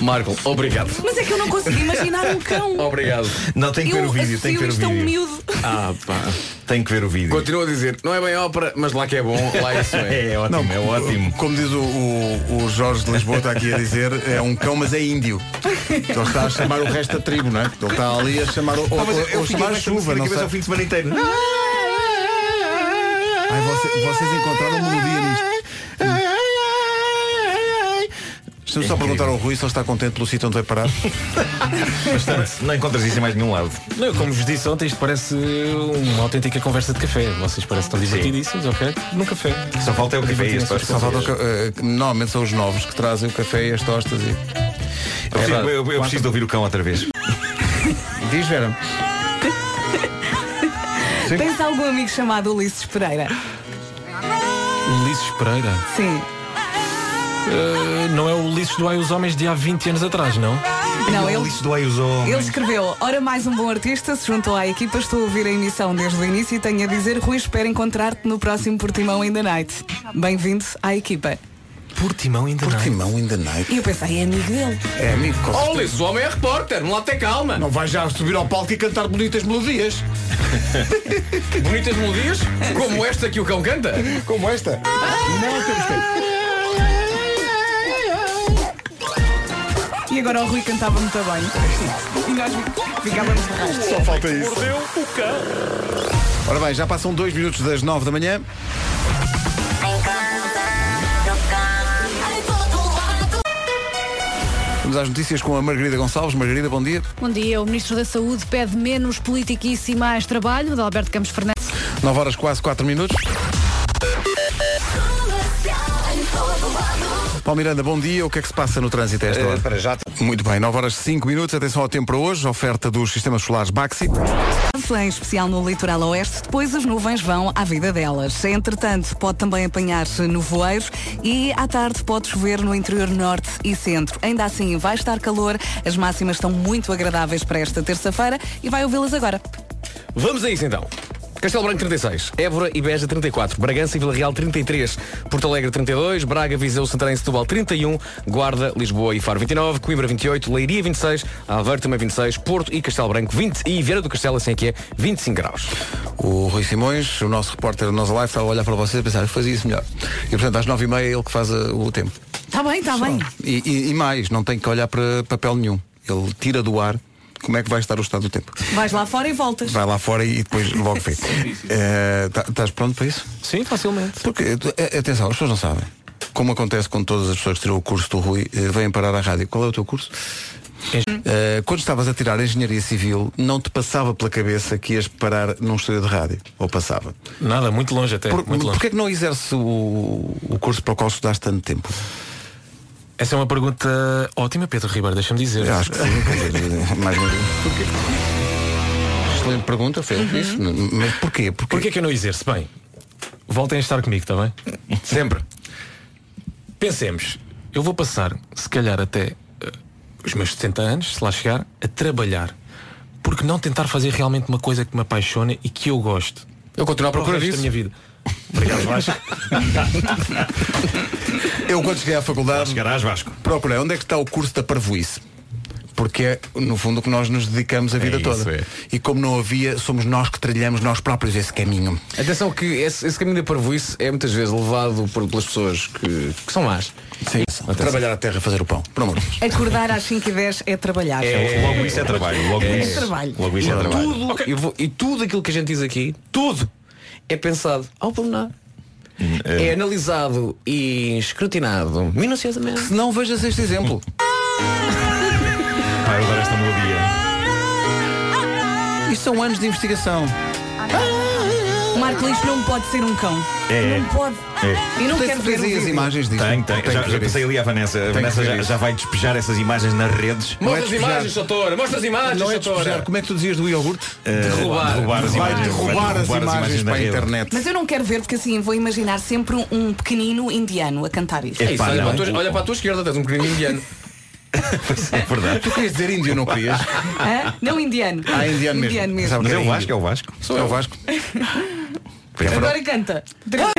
S4: Marco, obrigado.
S3: Mas é que eu não consegui imaginar um cão.
S4: Obrigado.
S13: Não, tem que ver
S3: Eu
S13: o vídeo, tem que ver o
S3: associo isto a um
S13: vídeo.
S3: miúdo.
S4: Ah, pá.
S13: Tem que ver o vídeo.
S4: Continuo a dizer, não é bem ópera, mas lá que é bom, lá isso é.
S13: É ótimo,
S1: Não,
S13: é ótimo.
S1: Como diz o, o- o Jorge de Lisboa, está aqui a dizer, é um cão, mas é índio. Ele está a chamar o resto da tribo, não é? Ele está ali a chamar o, ou,
S13: Ah, mas eu-
S1: ou-
S13: eu
S1: ou
S13: fiquei
S1: chamar
S13: com
S1: a
S13: esta
S1: chuva,
S13: música na
S1: não
S13: cabeça
S1: sei.
S13: o fim de semana inteiro.
S1: Ai, você- vocês encontraram melodia nisto. Deixa-me só perguntar ao Rui se ele está contente pelo sítio onde vai parar.
S13: Bastante. Não encontras isso em mais nenhum lado.
S12: Não, como vos disse ontem, isto parece uma autêntica conversa de café. Vocês parecem tão divertidíssimos, ok? Num café.
S13: Só falta é o café e as
S1: Só falta o ca- eh, normalmente são os novos que trazem o café e as tostas e.
S13: Eu preciso, eu- eu preciso de ouvir o cão outra vez.
S1: Diz, Vera. Sim.
S3: Tens algum amigo chamado Ulisses Pereira?
S12: Ulisses Pereira.
S3: Sim.
S12: Eh, não é o Ulisses do Ai os Homens de há 20 anos atrás, não?
S3: Não, ele-
S13: Ulisses do Ai os Homens.
S3: Ele escreveu, ora mais um bom artista, se juntou à equipa, estou a ouvir a emissão desde o início e tenho a dizer, Rui, espero encontrar-te no próximo Portimão in the Night. Bem-vindo à equipa.
S12: Portimão ainda não.
S1: Portimão ainda não.
S3: E eu pensei, é amigo dele.
S1: É amigo, com certeza.
S4: Olha, o homem é repórter, não lá tem calma.
S1: Não vai já subir ao palco e cantar bonitas melodias.
S4: Bonitas melodias, como esta que o cão canta.
S1: Como esta. Não temos tempo.
S3: E agora o Rui cantava muito bem. E nós ficávamos de rastro.
S1: Só falta isso.
S12: Mordeu o cão.
S1: Ora bem, já passam dois minutos das nove da manhã. Vamos às notícias com a Margarida Gonçalves. Margarida, bom dia.
S15: Bom dia. O Ministro da Saúde pede menos politiquice e mais trabalho, de Alberto Campos Fernandes.
S1: 9 horas quase 4 minutos. Paulo Miranda, bom dia. O que é que se passa no trânsito a esta hora?
S2: para já.
S1: Muito bem, 9 horas 5 minutos. Atenção ao tempo para hoje. Oferta dos sistemas solares Baxi.
S3: Em especial no litoral oeste, depois as nuvens vão à vida delas. Entretanto, pode também apanhar-se nevoeiros e à tarde pode chover no interior norte e centro. Ainda assim, vai estar calor, as máximas estão muito agradáveis para esta terça-feira e vai ouvi-las agora.
S4: Vamos a isso então. Castelo Branco 36, Évora e Beja 34, Bragança e Vila Real 33, Porto Alegre 32, Braga, Viseu, Santarém, Setúbal 31, Guarda, Lisboa e Faro 29, Coimbra 28, Leiria 26, Aveiro também 26, Porto e Castelo Branco 20 e Vieira do Castelo, assim é que é, 25 graus.
S1: O Rui Simões, o nosso repórter da Nosa Live, estava a olhar para vocês e a pensar, eu fazia isso melhor. E portanto, às 9h30 é ele que faz uh, o tempo.
S3: Está Tá bem, está bem.
S1: E, e- e mais, não tem que olhar para eh, papel nenhum. Ele tira do ar como é que vai estar o estado do tempo.
S3: Vais lá fora e voltas.
S1: Vai lá fora e depois logo vê. Eh, tá- Estás pronto para isso?
S12: Sim, facilmente.
S1: Porque, tu- eh, atenção, as pessoas não sabem. Como acontece com todas as pessoas que tiram o curso do Rui, eh, vêm parar à rádio. Qual é o teu curso? Eh, quando estavas a tirar Engenharia Civil, não te passava pela cabeça que ias parar num estúdio de rádio. Ou passava.
S12: Nada, muito longe até.
S1: Por,
S12: muito longe.
S1: porquê é que não exerce o, o curso para o qual estudaste tanto tempo?
S12: Essa é uma pergunta ótima, Pedro Ribeiro, deixa-me dizer.
S1: Eu acho que sim, quer dizer, é mais uma vez. Excelente pergunta, foi isso. Mas porquê? porquê?
S12: Uhum. Porquê que eu não exerço? Bem, voltem a estar comigo, está bem? Sempre. Pensemos, eu vou passar, se calhar até eh, os meus 60 anos, se lá chegar, a trabalhar. Porque não tentar fazer realmente uma coisa que me apaixona e que eu gosto?
S4: Eu continuo à
S12: Para o
S4: procura
S12: resto
S4: disso.
S12: da minha vida. Obrigado, Vasco.
S1: Eu quando cheguei à faculdade procurei onde é que está o curso da parvoíce porque é no fundo o que nós nos dedicamos a vida
S4: isso,
S1: toda
S4: é.
S1: e como não havia somos nós que trilhamos nós próprios esse caminho
S4: Atenção que esse, esse caminho da parvoíce é muitas vezes levado por, pelas pessoas que, que são más.
S1: Sim, trabalhar a terra, fazer o pão. Por amor.
S3: Acordar às 5 e 10 é trabalhar.
S13: logo isso é trabalho. Logo
S3: É
S13: isso.
S3: trabalho.
S13: Logo isso é trabalho.
S4: Tudo, eu vou- e tudo aquilo que a gente diz aqui, tudo, é pensado ao pormenor. É. analisado e escrutinado minuciosamente. Se
S1: não, vejas este exemplo.
S13: Vai usar esta melodia.
S1: Isto são anos de investigação.
S3: Marco, isto não pode ser um cão.
S13: É.
S3: Não pode.
S13: É.
S3: Eu não quero ver o vídeo.
S1: disto?
S13: Tem, tem.
S1: Tem
S13: já
S1: que
S13: já
S1: ver
S13: passei
S1: isso.
S13: ali à Vanessa. A
S1: Tem que
S13: Vanessa
S1: ver
S13: já,
S1: isso.
S13: já vai despejar essas imagens nas redes.
S1: Não é despejar.
S4: doutora, mostra as imagens,
S1: não é
S4: doutora. É
S1: despejar. Como é que tu dizias do iogurte?
S13: derrubar. derrubar as
S1: Vai
S13: imagens.
S1: derrubar
S13: Vai
S1: as
S13: derrubar as
S1: imagens
S13: imagens
S1: para a
S13: da rede.
S1: internet.
S3: Mas eu não quero ver porque assim vou imaginar sempre um, um pequenino indiano a cantar isto.
S4: É isso, olha, para a tua, olha para a tua esquerda, tens um pequenino indiano.
S13: É verdade.
S1: Tu querias dizer índio, não querias?
S3: Hã? Não indiano.
S1: Ah, indiano mesmo.
S3: Indiano mesmo.
S1: Pensava que
S13: Mas é
S1: era
S13: o
S1: índio.
S13: Vasco, é o Vasco.
S1: Sou eu. É o Vasco. é
S3: Agora canta. Ah!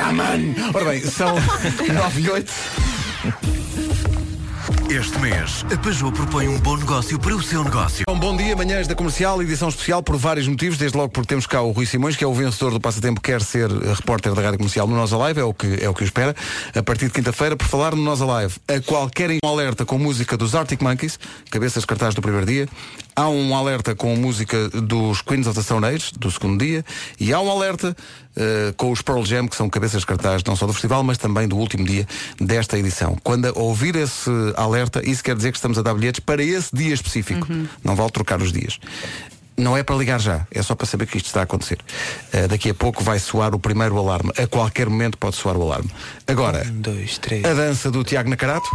S1: Raman! Ora bem, são 9 e 8.
S16: Este mês, a Peugeot propõe um bom negócio para o seu negócio.
S1: Então, Bom, bom dia, manhãs da comercial, edição especial por vários motivos. Desde logo porque temos cá o Rui Simões, que é o vencedor do Passatempo, quer ser eh, repórter da rádio comercial no Nós Alive, é o que, é o que o espera. A partir de quinta-feira, por falar no Nós Alive, a qualquer um alerta com música dos Arctic Monkeys, cabeças de cartaz do primeiro dia. Há um alerta com música dos Queens of the Stone Age, do segundo dia. E há um alerta eh, com os Pearl Jam, que são cabeças de cartaz não só do festival, mas também do último dia desta edição. Quando a- ouvir esse alerta, isso quer dizer que estamos a dar bilhetes para esse dia específico. Não vale trocar os dias. Não é para ligar já, é só para saber que isto está a acontecer. Uh, daqui a pouco vai soar o primeiro alarme. A qualquer momento pode soar o alarme. Agora, a dança do Tiago Nacarato.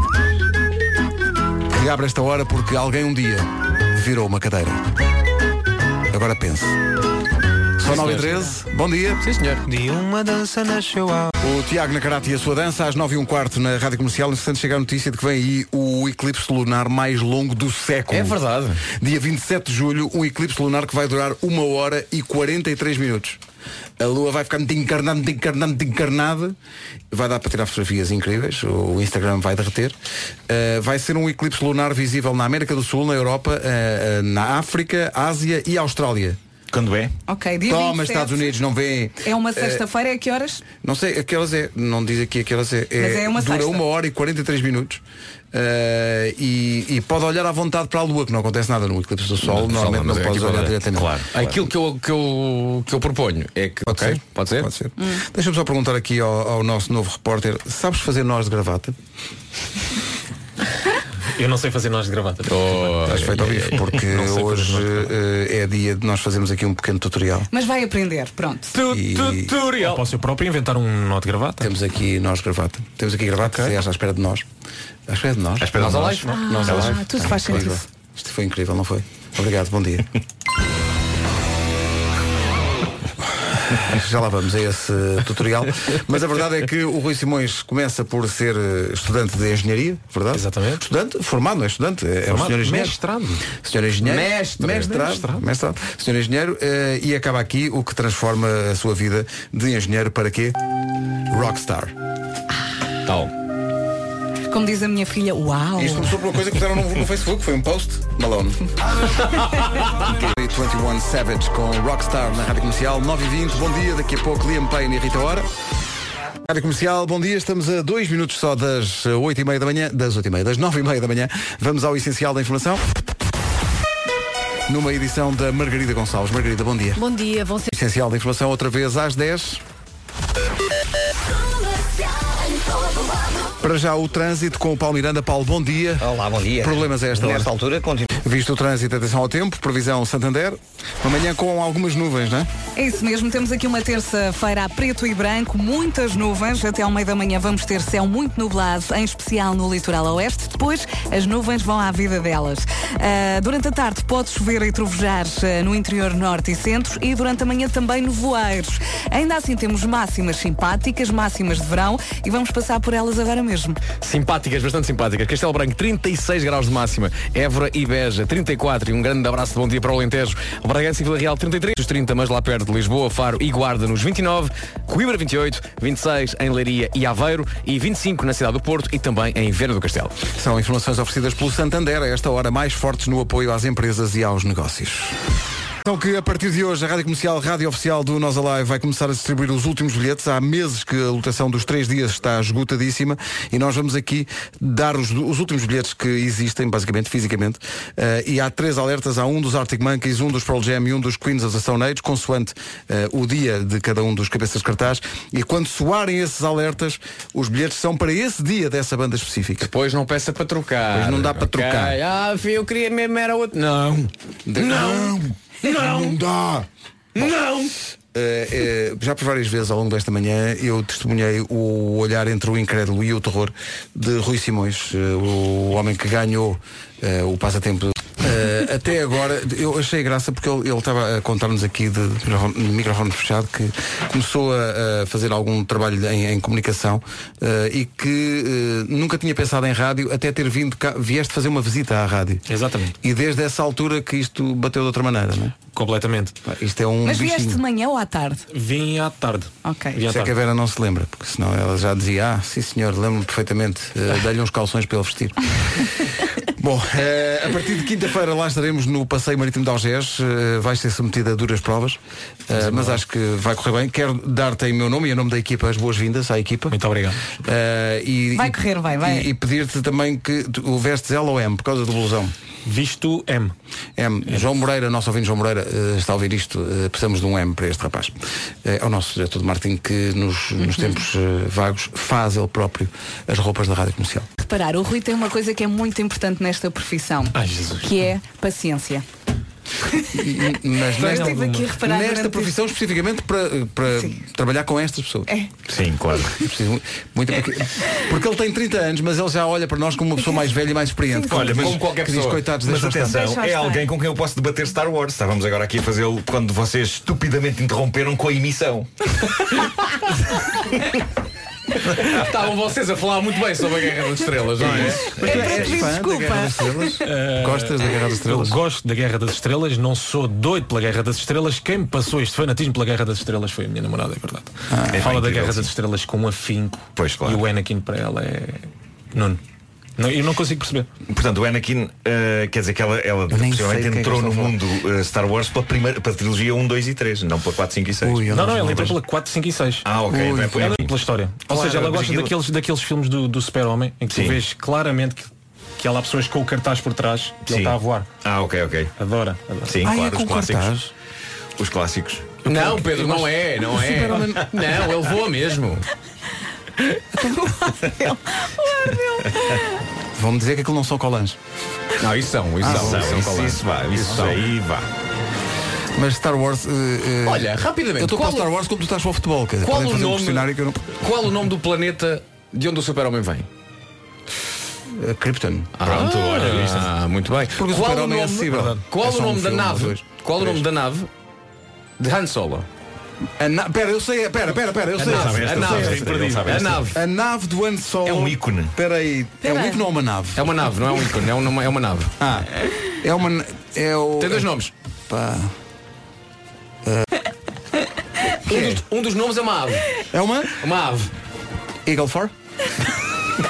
S1: Que abre esta hora porque alguém um dia virou uma cadeira. Agora pense. São 9 e 13. Bom dia. Sim, senhor. De uma dança nasceu a... O Tiago Nacarate e a sua dança às 9 e um quarto na Rádio Comercial. Entretanto, chega a notícia de que vem aí o eclipse lunar mais longo do século. É verdade. Dia 27 de julho, um eclipse lunar que vai durar 1 hora e 43 minutos. A Lua vai ficar muito encarnada, muito encarnada, muito encarnada. Vai dar para tirar fotografias incríveis. O Instagram vai derreter. Uh, vai ser um eclipse lunar visível na América do Sul, na Europa, uh, uh, na África, Ásia e Austrália.
S13: Quando é?
S3: Ok, dia
S1: Toma,
S3: 27.
S1: Estados Unidos, não vê.
S3: É uma
S1: Eh,
S3: sexta-feira, é que horas?
S1: não sei, aquelas é, não diz aqui aquelas é, é,
S3: Mas é uma
S1: dura
S3: sexta.
S1: uma hora e 43 minutos. eh, e, e pode olhar à vontade para a Lua, que não acontece nada no eclipse do Sol,
S4: Não,
S1: normalmente
S4: mas
S1: não
S4: é
S1: podes
S4: aqui para
S1: olhar
S4: olhar.
S1: diretamente.
S4: Claro, claro. Aquilo que eu, que eu, que eu proponho é que. Pode ser? Pode ser? Pode
S1: ser. Deixa-me só perguntar aqui ao, ao nosso novo repórter, sabes fazer nós de gravata?
S12: Eu não sei fazer nós de gravata.
S1: Estás feito ao vivo, porque
S12: Não sei fazer
S1: hoje eh, é dia de nós fazermos aqui um pequeno tutorial.
S3: Mas vai aprender, pronto.
S12: Tutorial. posso eu próprio inventar um nó de gravata?
S1: Temos aqui nós gravata. Temos aqui gravata, aliás, à espera de nós. À espera de nós. À
S12: espera de nós.
S3: Ah,
S1: Nós ao live.
S3: tudo faz
S1: incrível.
S3: sentido.
S1: Isto foi incrível, não foi? Obrigado, bom dia. Já lá vamos a esse tutorial. Mas a verdade é que o Rui Simões começa por ser eh, estudante de engenharia, verdade? Exatamente. Estudante, formado, não é estudante, é um
S12: Formado.
S1: senhor engenheiro.
S12: Mestrado.
S1: Senhor engenheiro.
S12: Mestre.
S1: Mestrado.
S12: Mestrado.
S1: Mestrado. Senhor engenheiro, eh, e acaba aqui o que transforma a sua vida de engenheiro para quê? Rockstar. Tal.
S3: Como diz a minha filha, uau.
S1: Isto começou por uma coisa que fizeram no, no Facebook, foi um post, Malone. 21 Savage com Rockstar na Rádio Comercial, 9h20, bom dia, daqui a pouco Liam Payne e Rita Ora. Rádio Comercial, bom dia, estamos a dois minutos só das eh, 8h30 da manhã, das 8h30, das 9h30 da manhã, vamos ao essencial da informação. Numa edição da Margarida Gonçalves. Margarida, bom dia.
S15: Bom dia, vão ser.
S1: Essencial da informação outra vez às 10. Para já o trânsito com o Paulo Miranda. Paulo, bom dia.
S2: Olá, bom dia.
S1: Problemas a esta hora.
S2: Nesta altura, continua.
S1: Visto o trânsito, atenção ao tempo, previsão Santander. Amanhã com algumas nuvens, não é?
S3: É isso mesmo, temos aqui uma terça-feira a preto e branco, muitas nuvens. Até ao meio da manhã vamos ter céu muito nublado, em especial no litoral oeste. Depois as nuvens vão à vida delas. Ah, durante a tarde pode chover e trovejar ah, no interior norte e centro e durante a manhã também no voeiros. Ainda assim temos máximas simpáticas, máximas de verão e vamos passar por elas agora mesmo.
S4: Simpáticas, bastante simpáticas. Castelo Branco, 36 graus de máxima. Évora e Beja, 34. E um grande abraço de bom dia para o Alentejo. Bragança e Vila Real, 33. Os 30, mas lá perto de Lisboa, Faro e Guarda, nos 29. Coimbra, 28. 26 em Leiria e Aveiro. E 25 na cidade do Porto e também em Viana do Castelo.
S1: São informações oferecidas pelo Santander, a esta hora mais fortes no apoio às empresas e aos negócios. Então que a partir de hoje a Rádio Comercial, Rádio Oficial do Nós Alive vai começar a distribuir os últimos bilhetes. Há meses que a lotação dos três dias está esgotadíssima e nós vamos aqui dar os, os últimos bilhetes que existem, basicamente, fisicamente. Eh, e há três alertas, há um dos Arctic Monkeys, um dos Pearl Jam e um dos Queens of the Stone Age, consoante eh, o dia de cada um dos cabeças de cartaz. E quando soarem esses alertas, os bilhetes são para esse dia dessa banda específica.
S4: Depois não peça para trocar.
S1: Pois não dá para
S4: Ok.
S1: trocar.
S4: Ah, filho, eu queria mesmo era outro. Não.
S1: Não. Não. Não dá.
S4: Não.
S1: Eh, eh, já por várias vezes ao longo desta manhã eu testemunhei o olhar entre o incrédulo e o terror de Rui Simões, eh, o homem que ganhou eh, o passatempo. Eh, Eh, até agora, eu achei graça porque ele ele estava a contar-nos aqui de, microfone- microfone fechado que começou a, a fazer algum trabalho em, em comunicação eh, e que eh, nunca tinha pensado em rádio até ter vindo cá, vieste fazer uma visita à rádio.
S12: Exatamente.
S1: E desde essa altura que isto bateu de outra maneira, não é?
S12: Completamente.
S1: Isto é um
S3: Mas vieste de
S1: bichinho.
S3: manhã ou à tarde?
S12: Vim à tarde.
S3: Ok.
S1: Isso é que a Vera não se lembra, porque senão ela já dizia, ah, sim senhor, lembro-me perfeitamente, eh, dei-lhe uns calções para ele vestir. Bom, eh, a partir de quinta-feira lá estaremos no Passeio Marítimo de Algés. eh, vais ser submetido a duras provas, eh, mas acho que vai correr bem. Quero dar-te em meu nome e em nome da equipa as boas-vindas à equipa. Muito
S12: obrigado.
S1: e,
S3: Vai correr bem, vai.
S1: E, e pedir-te também que tu- o vestes L ou M por causa do blusão.
S12: Visto M.
S1: M. João Moreira, nosso ouvinte João Moreira, eh, está a ouvir isto. eh, precisamos de um M para este rapaz. Eh, é o nosso diretor de marketing que nos, nos tempos eh, vagos faz ele próprio as roupas da rádio comercial.
S3: Reparar, o Rui tem uma coisa que é muito importante nesta profissão,
S1: Ai, Jesus.
S3: que é paciência.
S1: Mas
S3: Eu
S1: nesta,
S3: estive aqui a reparar
S1: nesta
S3: durante-
S1: profissão especificamente para, para trabalhar com estas pessoas.
S3: É.
S1: Sim, claro. muito, porque, porque ele tem 30 anos, mas ele já olha para nós como uma pessoa mais velha e mais experiente.
S13: Olha, mas
S1: como qualquer
S13: que
S1: pessoa.
S13: diz, coitados, mas atenção, é alguém com quem eu posso debater Star Wars. Estávamos agora aqui a fazê-lo quando vocês estupidamente interromperam com a emissão.
S4: Estavam vocês a falar muito bem sobre a Guerra das Estrelas, não é?
S1: Gostas da Guerra das Estrelas?
S12: Eu gosto da Guerra das Estrelas, não sou doido pela Guerra das Estrelas. Quem me passou este fanatismo pela Guerra das Estrelas foi a minha namorada, é verdade.
S13: É
S12: Fala
S13: bem
S12: da
S13: incrível,
S12: Guerra
S13: sim.
S12: das Estrelas com um afinco. Pois, claro. E o Anakin para ela é. Nuno. Não, eu não consigo perceber.
S13: Portanto, o Anakin, eh, quer dizer que ela, ela
S12: nem
S13: possivelmente
S12: sei do que é que
S13: entrou no
S12: estão a
S13: mundo eh, Star Wars pela, primeira, pela trilogia 1, 2 e 3, não pela 4, 5 e 6.
S12: não, não, ela entrou pela 4, 5 e 6.
S13: Ah, ok,
S12: Ui,
S13: bem, foi
S12: ela é
S13: enfim.
S12: pela história. Ou
S13: Claro,
S12: seja, ela
S13: mas
S12: gosta
S13: aquilo-
S12: daqueles, daqueles filmes do, do Super-Homem em que
S13: Sim.
S12: tu vês claramente que, que ela há pessoas com o cartaz por trás e ele
S13: Sim.
S12: está a voar.
S13: Ah, ok, ok.
S12: Adora. adora.
S13: Sim, claro, os clássicos. Os clássicos.
S4: Não, Pedro, não é, não é.
S13: Superman-
S4: Não, ele voa mesmo.
S1: Vão-me dizer que aquilo não são colãs.
S4: Não, isso são, isso
S1: Ah,
S4: são,
S1: são,
S4: é? isso são
S1: isso-
S13: é
S4: colagens.
S1: isso vai, isso aí
S13: vá.
S1: Mas Star Wars. eh, eh,
S4: Olha, rapidamente,
S1: Eu estou para
S4: qual-
S1: o Star Wars como tu estás para o futebol, quer dizer,
S4: Qual
S1: podem
S4: o
S1: fazer um
S4: nome-
S1: questionário que eu não.
S4: Qual o nome do planeta de onde o super-homem vem?
S1: Eh, Krypton.
S4: Ah, Pronto, olha, viste? muito bem.
S1: é- Porque o
S4: qual o
S1: super-homem
S4: nome,
S1: é acessível.
S4: qual
S1: É
S4: o
S1: só um
S4: nome da
S1: filme,
S4: nave?
S1: dois,
S4: qual o nome da nave de Han Solo?
S1: A na... Pera, eu sei, pera, pera, pera, eu
S4: A
S1: sei.
S4: nave,
S1: essa,
S4: a
S1: eu
S4: nave,
S1: sei
S4: é
S1: essa.
S4: imperdível, sabe
S1: a
S4: essa.
S1: nave. A nave do Han Solo. É um ícone. Pera aí, é um
S4: Pera.
S1: ícone ou uma nave?
S4: É uma nave, não é um ícone, é uma, é uma nave.
S1: Ah, é uma. É o...
S4: Tem dois nomes.
S1: Pá.
S4: Um dos, um dos nomes é uma ave.
S1: É uma?
S4: Uma ave.
S1: Eagle 4?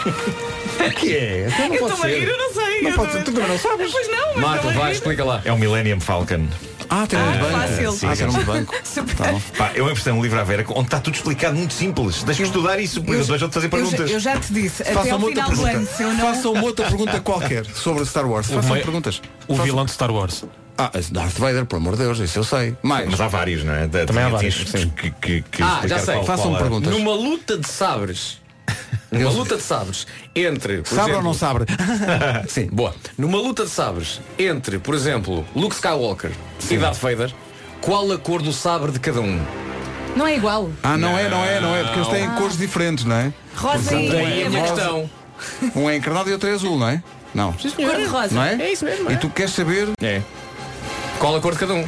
S13: O que é? Então não pode ser.
S1: não sei. Não pode ser, tu também não sabes. Pois não,
S13: Marta, vai, explica lá. É o Millennium Falcon.
S1: Ah, tem um
S13: Ah,
S1: banco.
S13: fácil.
S1: Ah, tem um banco. Tá bom.
S13: Pá, eu emprestei um livro à Vera onde está tudo explicado muito simples. Deixa-me estudar isso, porque depois vou-te fazer
S3: eu já-
S13: perguntas.
S3: eu já te disse, até
S1: Façam
S3: ao
S1: uma outra
S3: final do
S1: pergunta.
S3: ano, se eu não.
S1: Façam uma outra pergunta qualquer sobre Star Wars.
S12: O
S1: Façam
S12: mei-
S1: perguntas.
S12: O
S1: Façam-
S12: vilão de Star Wars.
S1: Ah, Darth Vader, por amor de Deus, isso eu sei. Mais.
S13: Mas há vários, não é? Da-
S12: Também há
S13: tinha-
S12: vários,
S13: tinhas Que, que, que
S4: Ah,
S13: explicar
S4: já sei.
S13: qual- qual é. era.
S4: Numa luta de sabres. Numa luta de sabres entre. por
S1: Sabre ou não sabre? Sim.
S4: Boa. Numa luta de sabres entre, por exemplo, Luke Skywalker e Darth Vader, qual a cor do sabre de cada um?
S3: Não é igual.
S1: Ah, não, é, não é, não é, porque eles têm
S3: Não.
S1: cores diferentes, não é?
S3: Rosa
S1: Portanto,
S3: e-
S1: um
S3: Daí
S4: é
S3: a minha
S1: rosa,
S3: questão.
S1: Um é encarnado e outro é azul, não é? Não.
S3: Cor de rosa.
S1: Não é?
S3: isso mesmo.
S1: E tu queres saber?
S4: É. Qual a cor de cada um?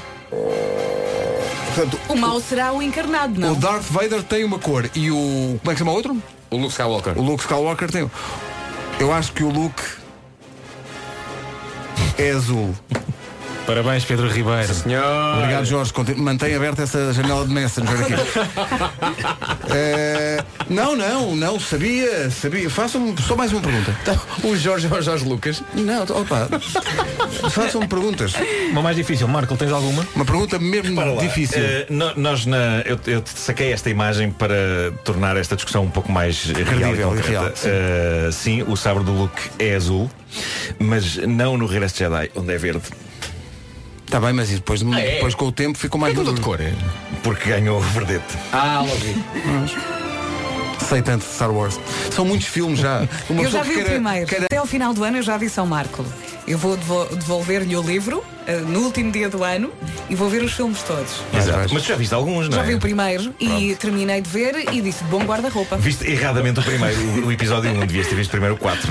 S1: Portanto,
S3: O mau será o encarnado,
S1: o
S3: não?
S1: Darth Vader tem uma cor e o. Como é que se chama o outro?
S4: O Luke Skywalker.
S1: O Luke Skywalker tem. Eu acho que o Luke é azul.
S12: Parabéns, Pedro Ribeiro.
S4: Senhor.
S1: Obrigado, Jorge. Conti- Mantém aberta essa janela de Messenger aqui. Eh, não, não, não, sabia, sabia. Façam-me só mais uma pergunta.
S4: Então, o Jorge ou Jorge Lucas?
S1: Não, opa. Façam-me perguntas.
S12: Uma mais difícil. Marco, tens alguma?
S1: Uma pergunta mesmo
S13: Para lá,
S1: difícil.
S13: eh, no- nós na, eu, eu saquei esta imagem para tornar esta discussão um pouco mais real. e
S1: Credível,
S13: concreta.
S1: real, sim.
S13: Eh, sim, o sabre do Luke é azul, mas não no Regresso de Jedi, onde é verde.
S1: Está Tá bem, mas e depois,
S3: Ah, é?
S1: depois com o tempo ficou mais um duro. de
S4: cor,
S13: é? Porque ganhou o verdete.
S4: Ah, logo.
S1: Sei tanto de Star Wars. São muitos filmes já. Uma
S3: eu já
S1: pessoa que
S3: vi o
S1: queira-
S3: primeiro. Até ao final do ano eu já disse ao Marco. Eu vou devo- devolver-lhe o livro eh, no último dia do ano e vou ver os filmes todos.
S13: Exato. Mas tu já viste alguns, não
S3: Já
S13: é?
S3: vi o primeiro e terminei de ver e disse bom
S17: é?
S3: guarda-roupa.
S13: Viste erradamente o primeiro, o- o episódio 1, devias ter visto primeiro o 4.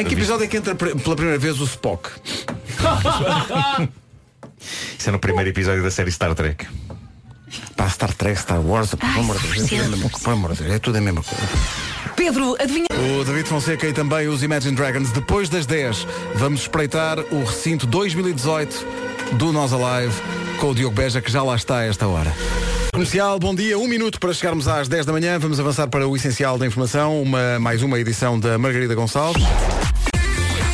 S1: Em que episódio é que entra pre- pela primeira vez o Spock?
S13: Isso é no primeiro episódio da série Star Trek.
S1: Pá, Star Trek, Star Wars, pelo amor de Deus, é tudo a mesma coisa, pelo amor de Deus, é tudo a mesma coisa.
S3: Pedro, adivinha.
S1: O David Fonseca e também os Imagine Dragons. Depois das 10, vamos espreitar o recinto 2018 do Nós Alive com o Diogo Beja, que já lá está a esta hora. Comercial, bom dia. Um minuto para chegarmos às 10 da manhã. Vamos avançar para o essencial da informação. Uma, mais uma edição da Margarida Gonçalves.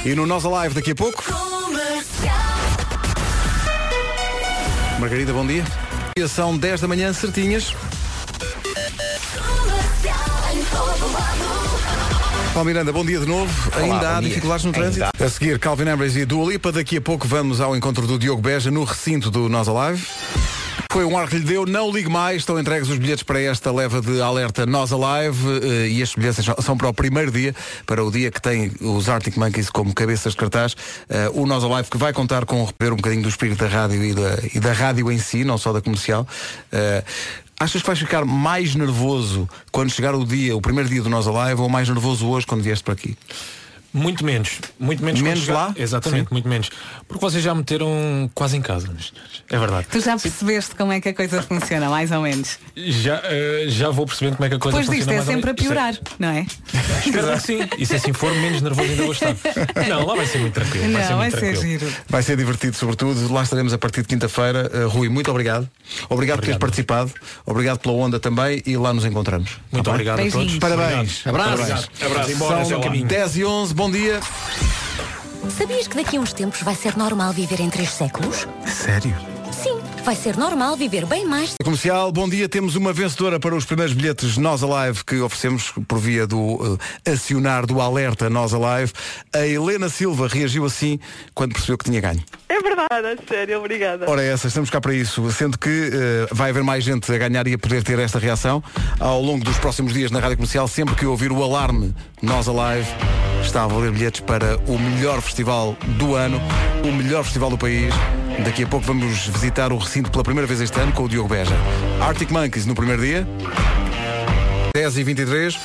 S1: E no Nós Alive daqui a pouco. Margarida, bom dia. E São 10 da manhã, certinhas. Paulo Miranda, bom dia de novo.
S2: Olá,
S1: Ainda há
S2: bom dia.
S1: dificuldades no
S2: Ainda
S1: trânsito?
S2: há.
S1: A seguir, Calvin Harris e Dua Lipa. Daqui a pouco vamos ao encontro do Diogo Beja no recinto do Nós Alive. Foi um ar que lhe deu, não ligue mais. Estão entregues os bilhetes para esta leva de alerta Nós Alive eh, e estes bilhetes são para o primeiro dia, para o dia que tem os Arctic Monkeys como cabeças de cartaz. Eh, o Nós Alive que vai contar com rever um bocadinho do espírito da rádio e da, e da rádio em si, não só da comercial. Eh, Achas que vais ficar mais nervoso quando chegar o dia, o primeiro dia do Nós Alive, ou mais nervoso hoje quando vieste para aqui?
S12: Muito menos, muito menos.
S1: Menos
S12: quando
S1: lá?
S12: chegar- Exatamente,
S1: Sim.
S12: muito menos. Porque vocês já meteram quase em casa, meus senhores. É verdade.
S3: Tu já percebeste como é que a coisa funciona, mais ou menos.
S12: Já, eh, já vou percebendo como é que a coisa
S3: Depois disto
S12: funciona
S3: é
S12: mais ou
S3: sempre a
S12: menos.
S3: piorar, não é?
S12: Espero que sim. E se assim for, menos nervoso ainda vou estar. Não, lá vai ser muito tranquilo. vai ser
S3: Não,
S12: muito
S3: vai ser
S12: tranquilo.
S3: giro.
S1: Vai ser divertido, sobretudo. Lá estaremos a partir de quinta-feira. Uh, Rui, muito obrigado. Obrigado, por teres participado. Obrigado pela onda também. E lá nos encontramos. Tá
S12: Muito
S1: bem?
S12: obrigado a todos. Beijinhos.
S1: Parabéns.
S12: Obrigado. Abraço.
S1: Parabéns.
S12: Obrigado. Abraço. Embora, até
S1: São
S12: ao caminho.
S1: 10 e 11. Bom dia.
S5: Sabias que daqui a uns tempos vai ser normal viver em três séculos?
S1: Sério?
S5: Sim, vai ser normal viver bem mais
S1: É Comercial, bom dia. Temos uma vencedora para os primeiros bilhetes Nós Alive que oferecemos por via do eh, acionar do alerta Nós Alive. A Helena Silva reagiu assim quando percebeu que tinha ganho.
S18: É verdade, a sério, obrigada.
S1: Ora, é essa, estamos cá para isso. Sendo que eh, vai haver mais gente a ganhar e a poder ter esta reação ao longo dos próximos dias na Rádio Comercial, sempre que ouvir o alarme Nós Alive, está a valer bilhetes para o melhor festival do ano, o melhor festival do país. Daqui a pouco vamos visitar o recinto pela primeira vez este ano com o Diogo Beja. Arctic Monkeys no primeiro dia, 10 e 23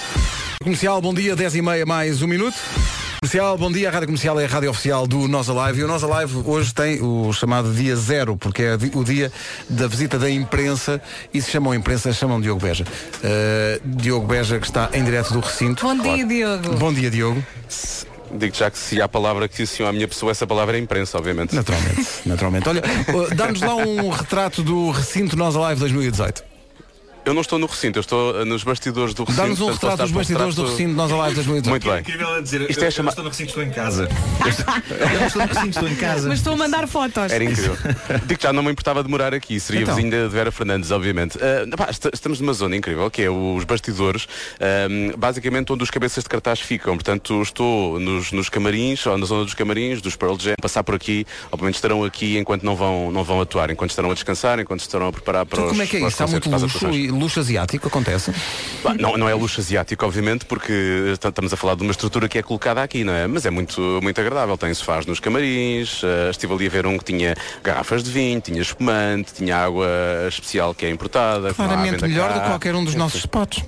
S1: Comercial, bom dia, 10 e meia mais um minuto. Comercial, bom dia, a Rádio Comercial é a rádio oficial do Nós Alive e o Nós Alive hoje tem o chamado dia zero, porque é di- o dia da visita da imprensa e se chamam imprensa, chamam Diogo Beja. Uh, Diogo Beja que está em direto do recinto.
S3: Bom dia, Diogo.
S1: Bom dia, Diogo.
S17: Digo já que se há palavra que se à minha pessoa, essa palavra é imprensa, obviamente.
S1: Naturalmente, naturalmente. Olha, uh, dá-nos lá um retrato do recinto Nós Alive 2018.
S17: Eu não estou no recinto, eu estou eh, nos bastidores do recinto.
S1: Dá-nos um
S17: portanto, só
S1: retrato dos
S17: está para
S1: bastidores do
S17: retrato-
S1: recinto Nós Alive 2018.
S17: Muito bem.
S13: Incrível a dizer,
S17: Isto
S13: eu,
S17: é chama-
S13: eu estou no recinto, estou em casa. Eu estou- eu não estou no recinto, estou em casa.
S3: Mas estou a mandar fotos.
S17: Era incrível. Digo que já não me importava demorar aqui, seria
S3: Então.
S17: vizinho de de Vera Fernandes, obviamente. Ah, pá, est- estamos numa zona incrível, que é os bastidores, ahm, basicamente onde os cabeças de cartaz ficam. Portanto, estou nos, nos camarins, ou na zona dos camarins, dos Pearl Jam, passar por aqui, obviamente estarão aqui enquanto não vão, não vão atuar, enquanto estarão a descansar, enquanto estarão a preparar para
S1: Então,
S17: os
S1: como é que é
S17: para os
S1: isso? Há
S17: concertos,
S1: muito
S17: para as
S1: luxo,
S17: atuações.
S1: e luxo asiático, acontece?
S17: Bah, Não, não é luxo asiático, obviamente, porque est- estamos a falar de uma estrutura que é colocada aqui, não é? Mas é muito, muito agradável. Tem sofás nos camarins, eh, estive ali a ver um que tinha garrafas de vinho, tinha espumante, tinha água especial que é importada. que não há à
S1: Claramente
S17: venda
S1: melhor
S17: cá. é
S1: do que qualquer um dos nossos spots.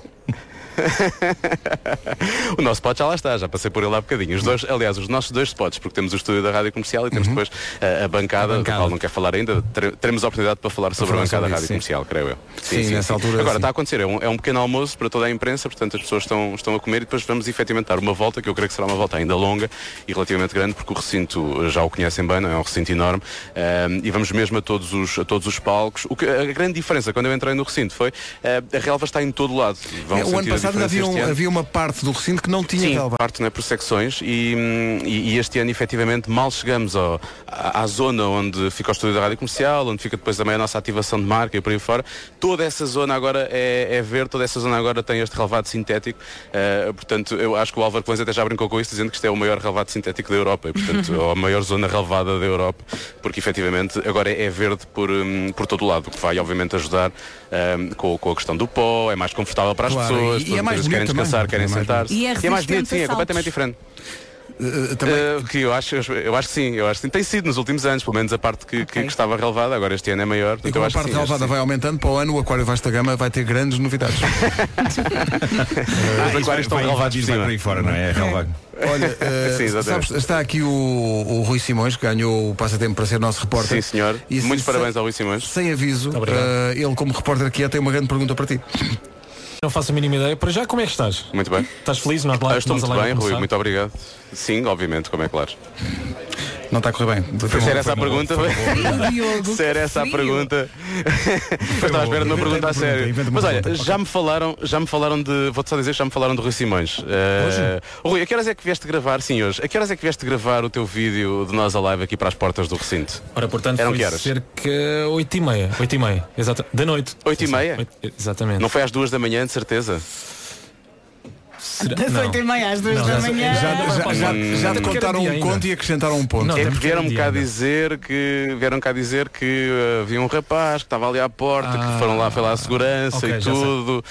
S17: O nosso spot já lá está, já passei por ele há bocadinho. Os dois, aliás, os nossos dois spots, porque temos o estúdio da Rádio Comercial e temos
S1: Uhum.
S17: depois eh, a, bancada, da qual não quer falar ainda. Tere- Teremos a oportunidade para falar sobre a
S1: falar
S17: bancada da
S1: sobre
S17: Rádio
S1: isso, sim.
S17: Comercial, creio eu.
S1: Sim, nessa altura,
S17: Agora
S1: sim.
S17: está a acontecer, é um, é um pequeno almoço para toda a imprensa, portanto as pessoas estão, estão a comer e depois vamos efetivamente dar uma volta, que eu creio que será uma volta ainda longa e relativamente grande, porque o recinto eh, já o conhecem bem, não é É um recinto enorme, ehm, e vamos mesmo a todos os, a todos os palcos. O que, a grande diferença quando eu entrei no recinto foi eh, a relva está em todo lado. Vão
S1: É, o ano
S17: sentir a
S1: passado
S17: diferença
S1: ainda havia,
S17: este
S1: um-
S17: ano.
S1: havia uma parte do recinto que não tinha
S17: Sim,
S1: relva.
S17: parte né, por secções e, hum, e- e este ano efetivamente mal chegamos ao- à, à zona onde fica o estúdio da Rádio Comercial, onde fica depois também a nossa ativação de marca e por aí fora. Toda essa zona agora é, é verde, toda essa zona agora tem este relevado sintético. eh, portanto, eu acho que o Álvaro Clãs até já brincou com isso, dizendo que isto é o maior relevado sintético da Europa, e, portanto, ou a maior zona relevada da Europa, porque efetivamente agora é verde por, hum, por todo o lado, o que vai obviamente ajudar hum, com, com a questão do pó, é mais confortável para as
S1: Claro,
S17: pessoas,
S1: e- e é
S17: portanto,
S1: mais
S17: eles
S1: bonito
S17: querem
S1: também.
S17: descansar, querem
S1: É mais
S17: sentar-se.
S1: bonito. E é
S17: E é mais bonito,
S1: resistente
S17: sim,
S1: a
S17: é
S1: saltos.
S17: completamente diferente.
S1: também-
S17: Eh, que eu acho, eu acho que sim, eu acho que sim. Tem sido nos últimos anos, pelo menos a parte que, que- que estava relevada, agora este ano é maior.
S1: E
S17: portanto,
S1: como
S17: eu
S1: a
S17: acho
S1: parte
S17: que sim, acho que
S1: relevada vai aumentando, para o ano o Aquário Vasta Gama vai ter grandes novidades.
S17: sim. Os
S13: Ah, isso
S17: aquários estão
S13: vai-
S17: relevados por
S13: vai- vai
S17: cima.
S13: por aí fora, não é? É relevado.
S1: Olha, eh,
S17: Sim, exatamente.
S1: sabes, está aqui o, o Rui Simões, que ganhou o passatempo para ser nosso
S17: Sim,
S1: repórter.
S17: senhor.
S1: E se-
S17: Muitos
S1: se-
S17: parabéns ao Rui Simões.
S1: Sem aviso, eh, ele como repórter que é tem uma grande pergunta para ti.
S12: Não faço a mínima ideia. Para já, como é que estás?
S17: Muito bem.
S12: Estás feliz? Nós lá
S17: Ah, Estou
S12: nós
S17: muito
S12: lá
S17: bem,
S12: a
S17: Rui,
S12: começar?
S17: muito obrigado. Sim, obviamente, como é claro.
S1: Não está a correr bem.
S17: Se era essa a pergunta,
S3: Diogo,
S17: se era essa é a
S3: frio.
S17: pergunta. Eu estava à espera de uma pergunta a sério. Mas olha, já me falaram, já me falaram de. Vou-te só dizer, já me falaram de Rui Simões. Eh, Rui, a que horas é que vieste gravar, sim, hoje? A que horas é que vieste gravar o teu vídeo de nós a live aqui para as portas do recinto?
S12: Ora, portanto,
S17: Eram
S12: foi
S17: que horas?
S12: cerca 8 e meia. 8 e meia, exato. Da noite.
S17: 8 e meia?
S12: Exatamente.
S17: Não foi às duas da manhã, de certeza?
S3: Das
S17: Não.
S3: 8 e meia às 2 da manhã.
S1: já te contaram um conto e acrescentaram um ponto.
S17: Hum. é que vieram cá dizer que vieram cá dizer que uh, havia um rapaz que estava ali à porta, que foram lá pela segurança
S12: ok,
S17: e
S12: já sei.
S17: tudo.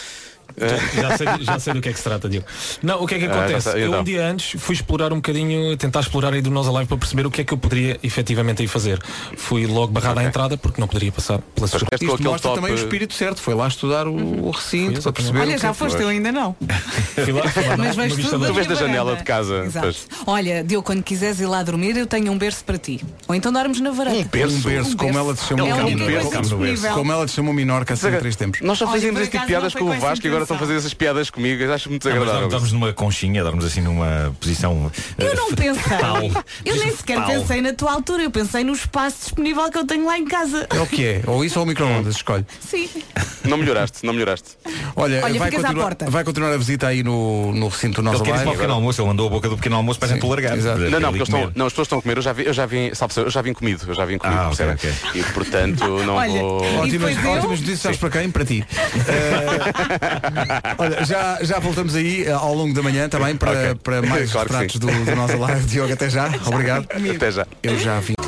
S12: Já sei, já sei do que é que se trata, Diego. Não, o que é que
S17: Ah, já
S12: acontece?
S17: sei,
S12: eu
S17: então.
S12: um dia antes fui explorar um bocadinho, tentar explorar aí do Nós Alive para perceber o que é que eu poderia efetivamente aí fazer. Fui logo barrado à entrada porque não poderia passar pela segurança.
S1: Isto mostra também o
S17: eh,
S1: espírito certo. Foi lá estudar o, o recinto para perceber.
S3: Olha,
S1: o
S3: já
S1: que-
S3: foste, eu ainda não.
S12: Fui lá, fui lá,
S3: Mas
S12: uma
S3: vais
S12: vista
S3: tudo
S12: lá.
S3: da minha varanda.
S17: casa.
S3: Exato.
S17: pois.
S3: Olha, Diogo, quando quiseres ir lá dormir, eu tenho um berço para ti. Ou então dormes na varanda.
S1: Um berço, como ela te chamou.
S3: É a única
S1: Minor.
S3: coisa disponível.
S1: Como ela te chamou Minorca assim em três tempos.
S17: Nós já
S3: Olha,
S17: fazíamos
S3: por
S17: este tipo de
S3: acaso não
S17: piadas
S3: foi
S17: com o
S3: com essa
S17: Vasco e agora estão a fazer essas piadas comigo. Eu Acho muito desagradável.
S13: estamos numa conchinha, darmos assim numa posição.
S3: Eu não pensei. Eu nem sequer
S13: Pau.
S3: pensei na tua altura, eu pensei no espaço disponível que eu tenho lá em casa.
S1: É o que é, ou isso ou o microondas, escolhe.
S3: Sim.
S17: Não melhoraste, não melhoraste.
S1: Olha,
S3: Olha,
S1: vai,
S3: ficas à
S1: continuar,
S3: porta.
S1: vai continuar a visita aí no, no recinto do
S13: Ele
S1: nosso
S13: quer ir para o pequeno almoço, ele mandou a boca do pequeno almoço para sempre largar.
S17: Não, não, porque eles estão, não, as pessoas estão a comer, eu já, vi, eu já vim, sabe, eu já vim comido, eu já vim comido,
S13: Ah, ok,
S17: percebem? E portanto não
S1: Olha,
S17: vou.
S1: Ótimas, ótimas notícias, sabes para quem? Para ti. Eh, olha, já, já voltamos aí eh, ao longo da manhã também para, para mais
S17: Claro que
S1: pratos
S17: sim.
S1: do, do nosso live. Diogo, até já. Obrigado.
S17: Até já.
S1: Eu já vim.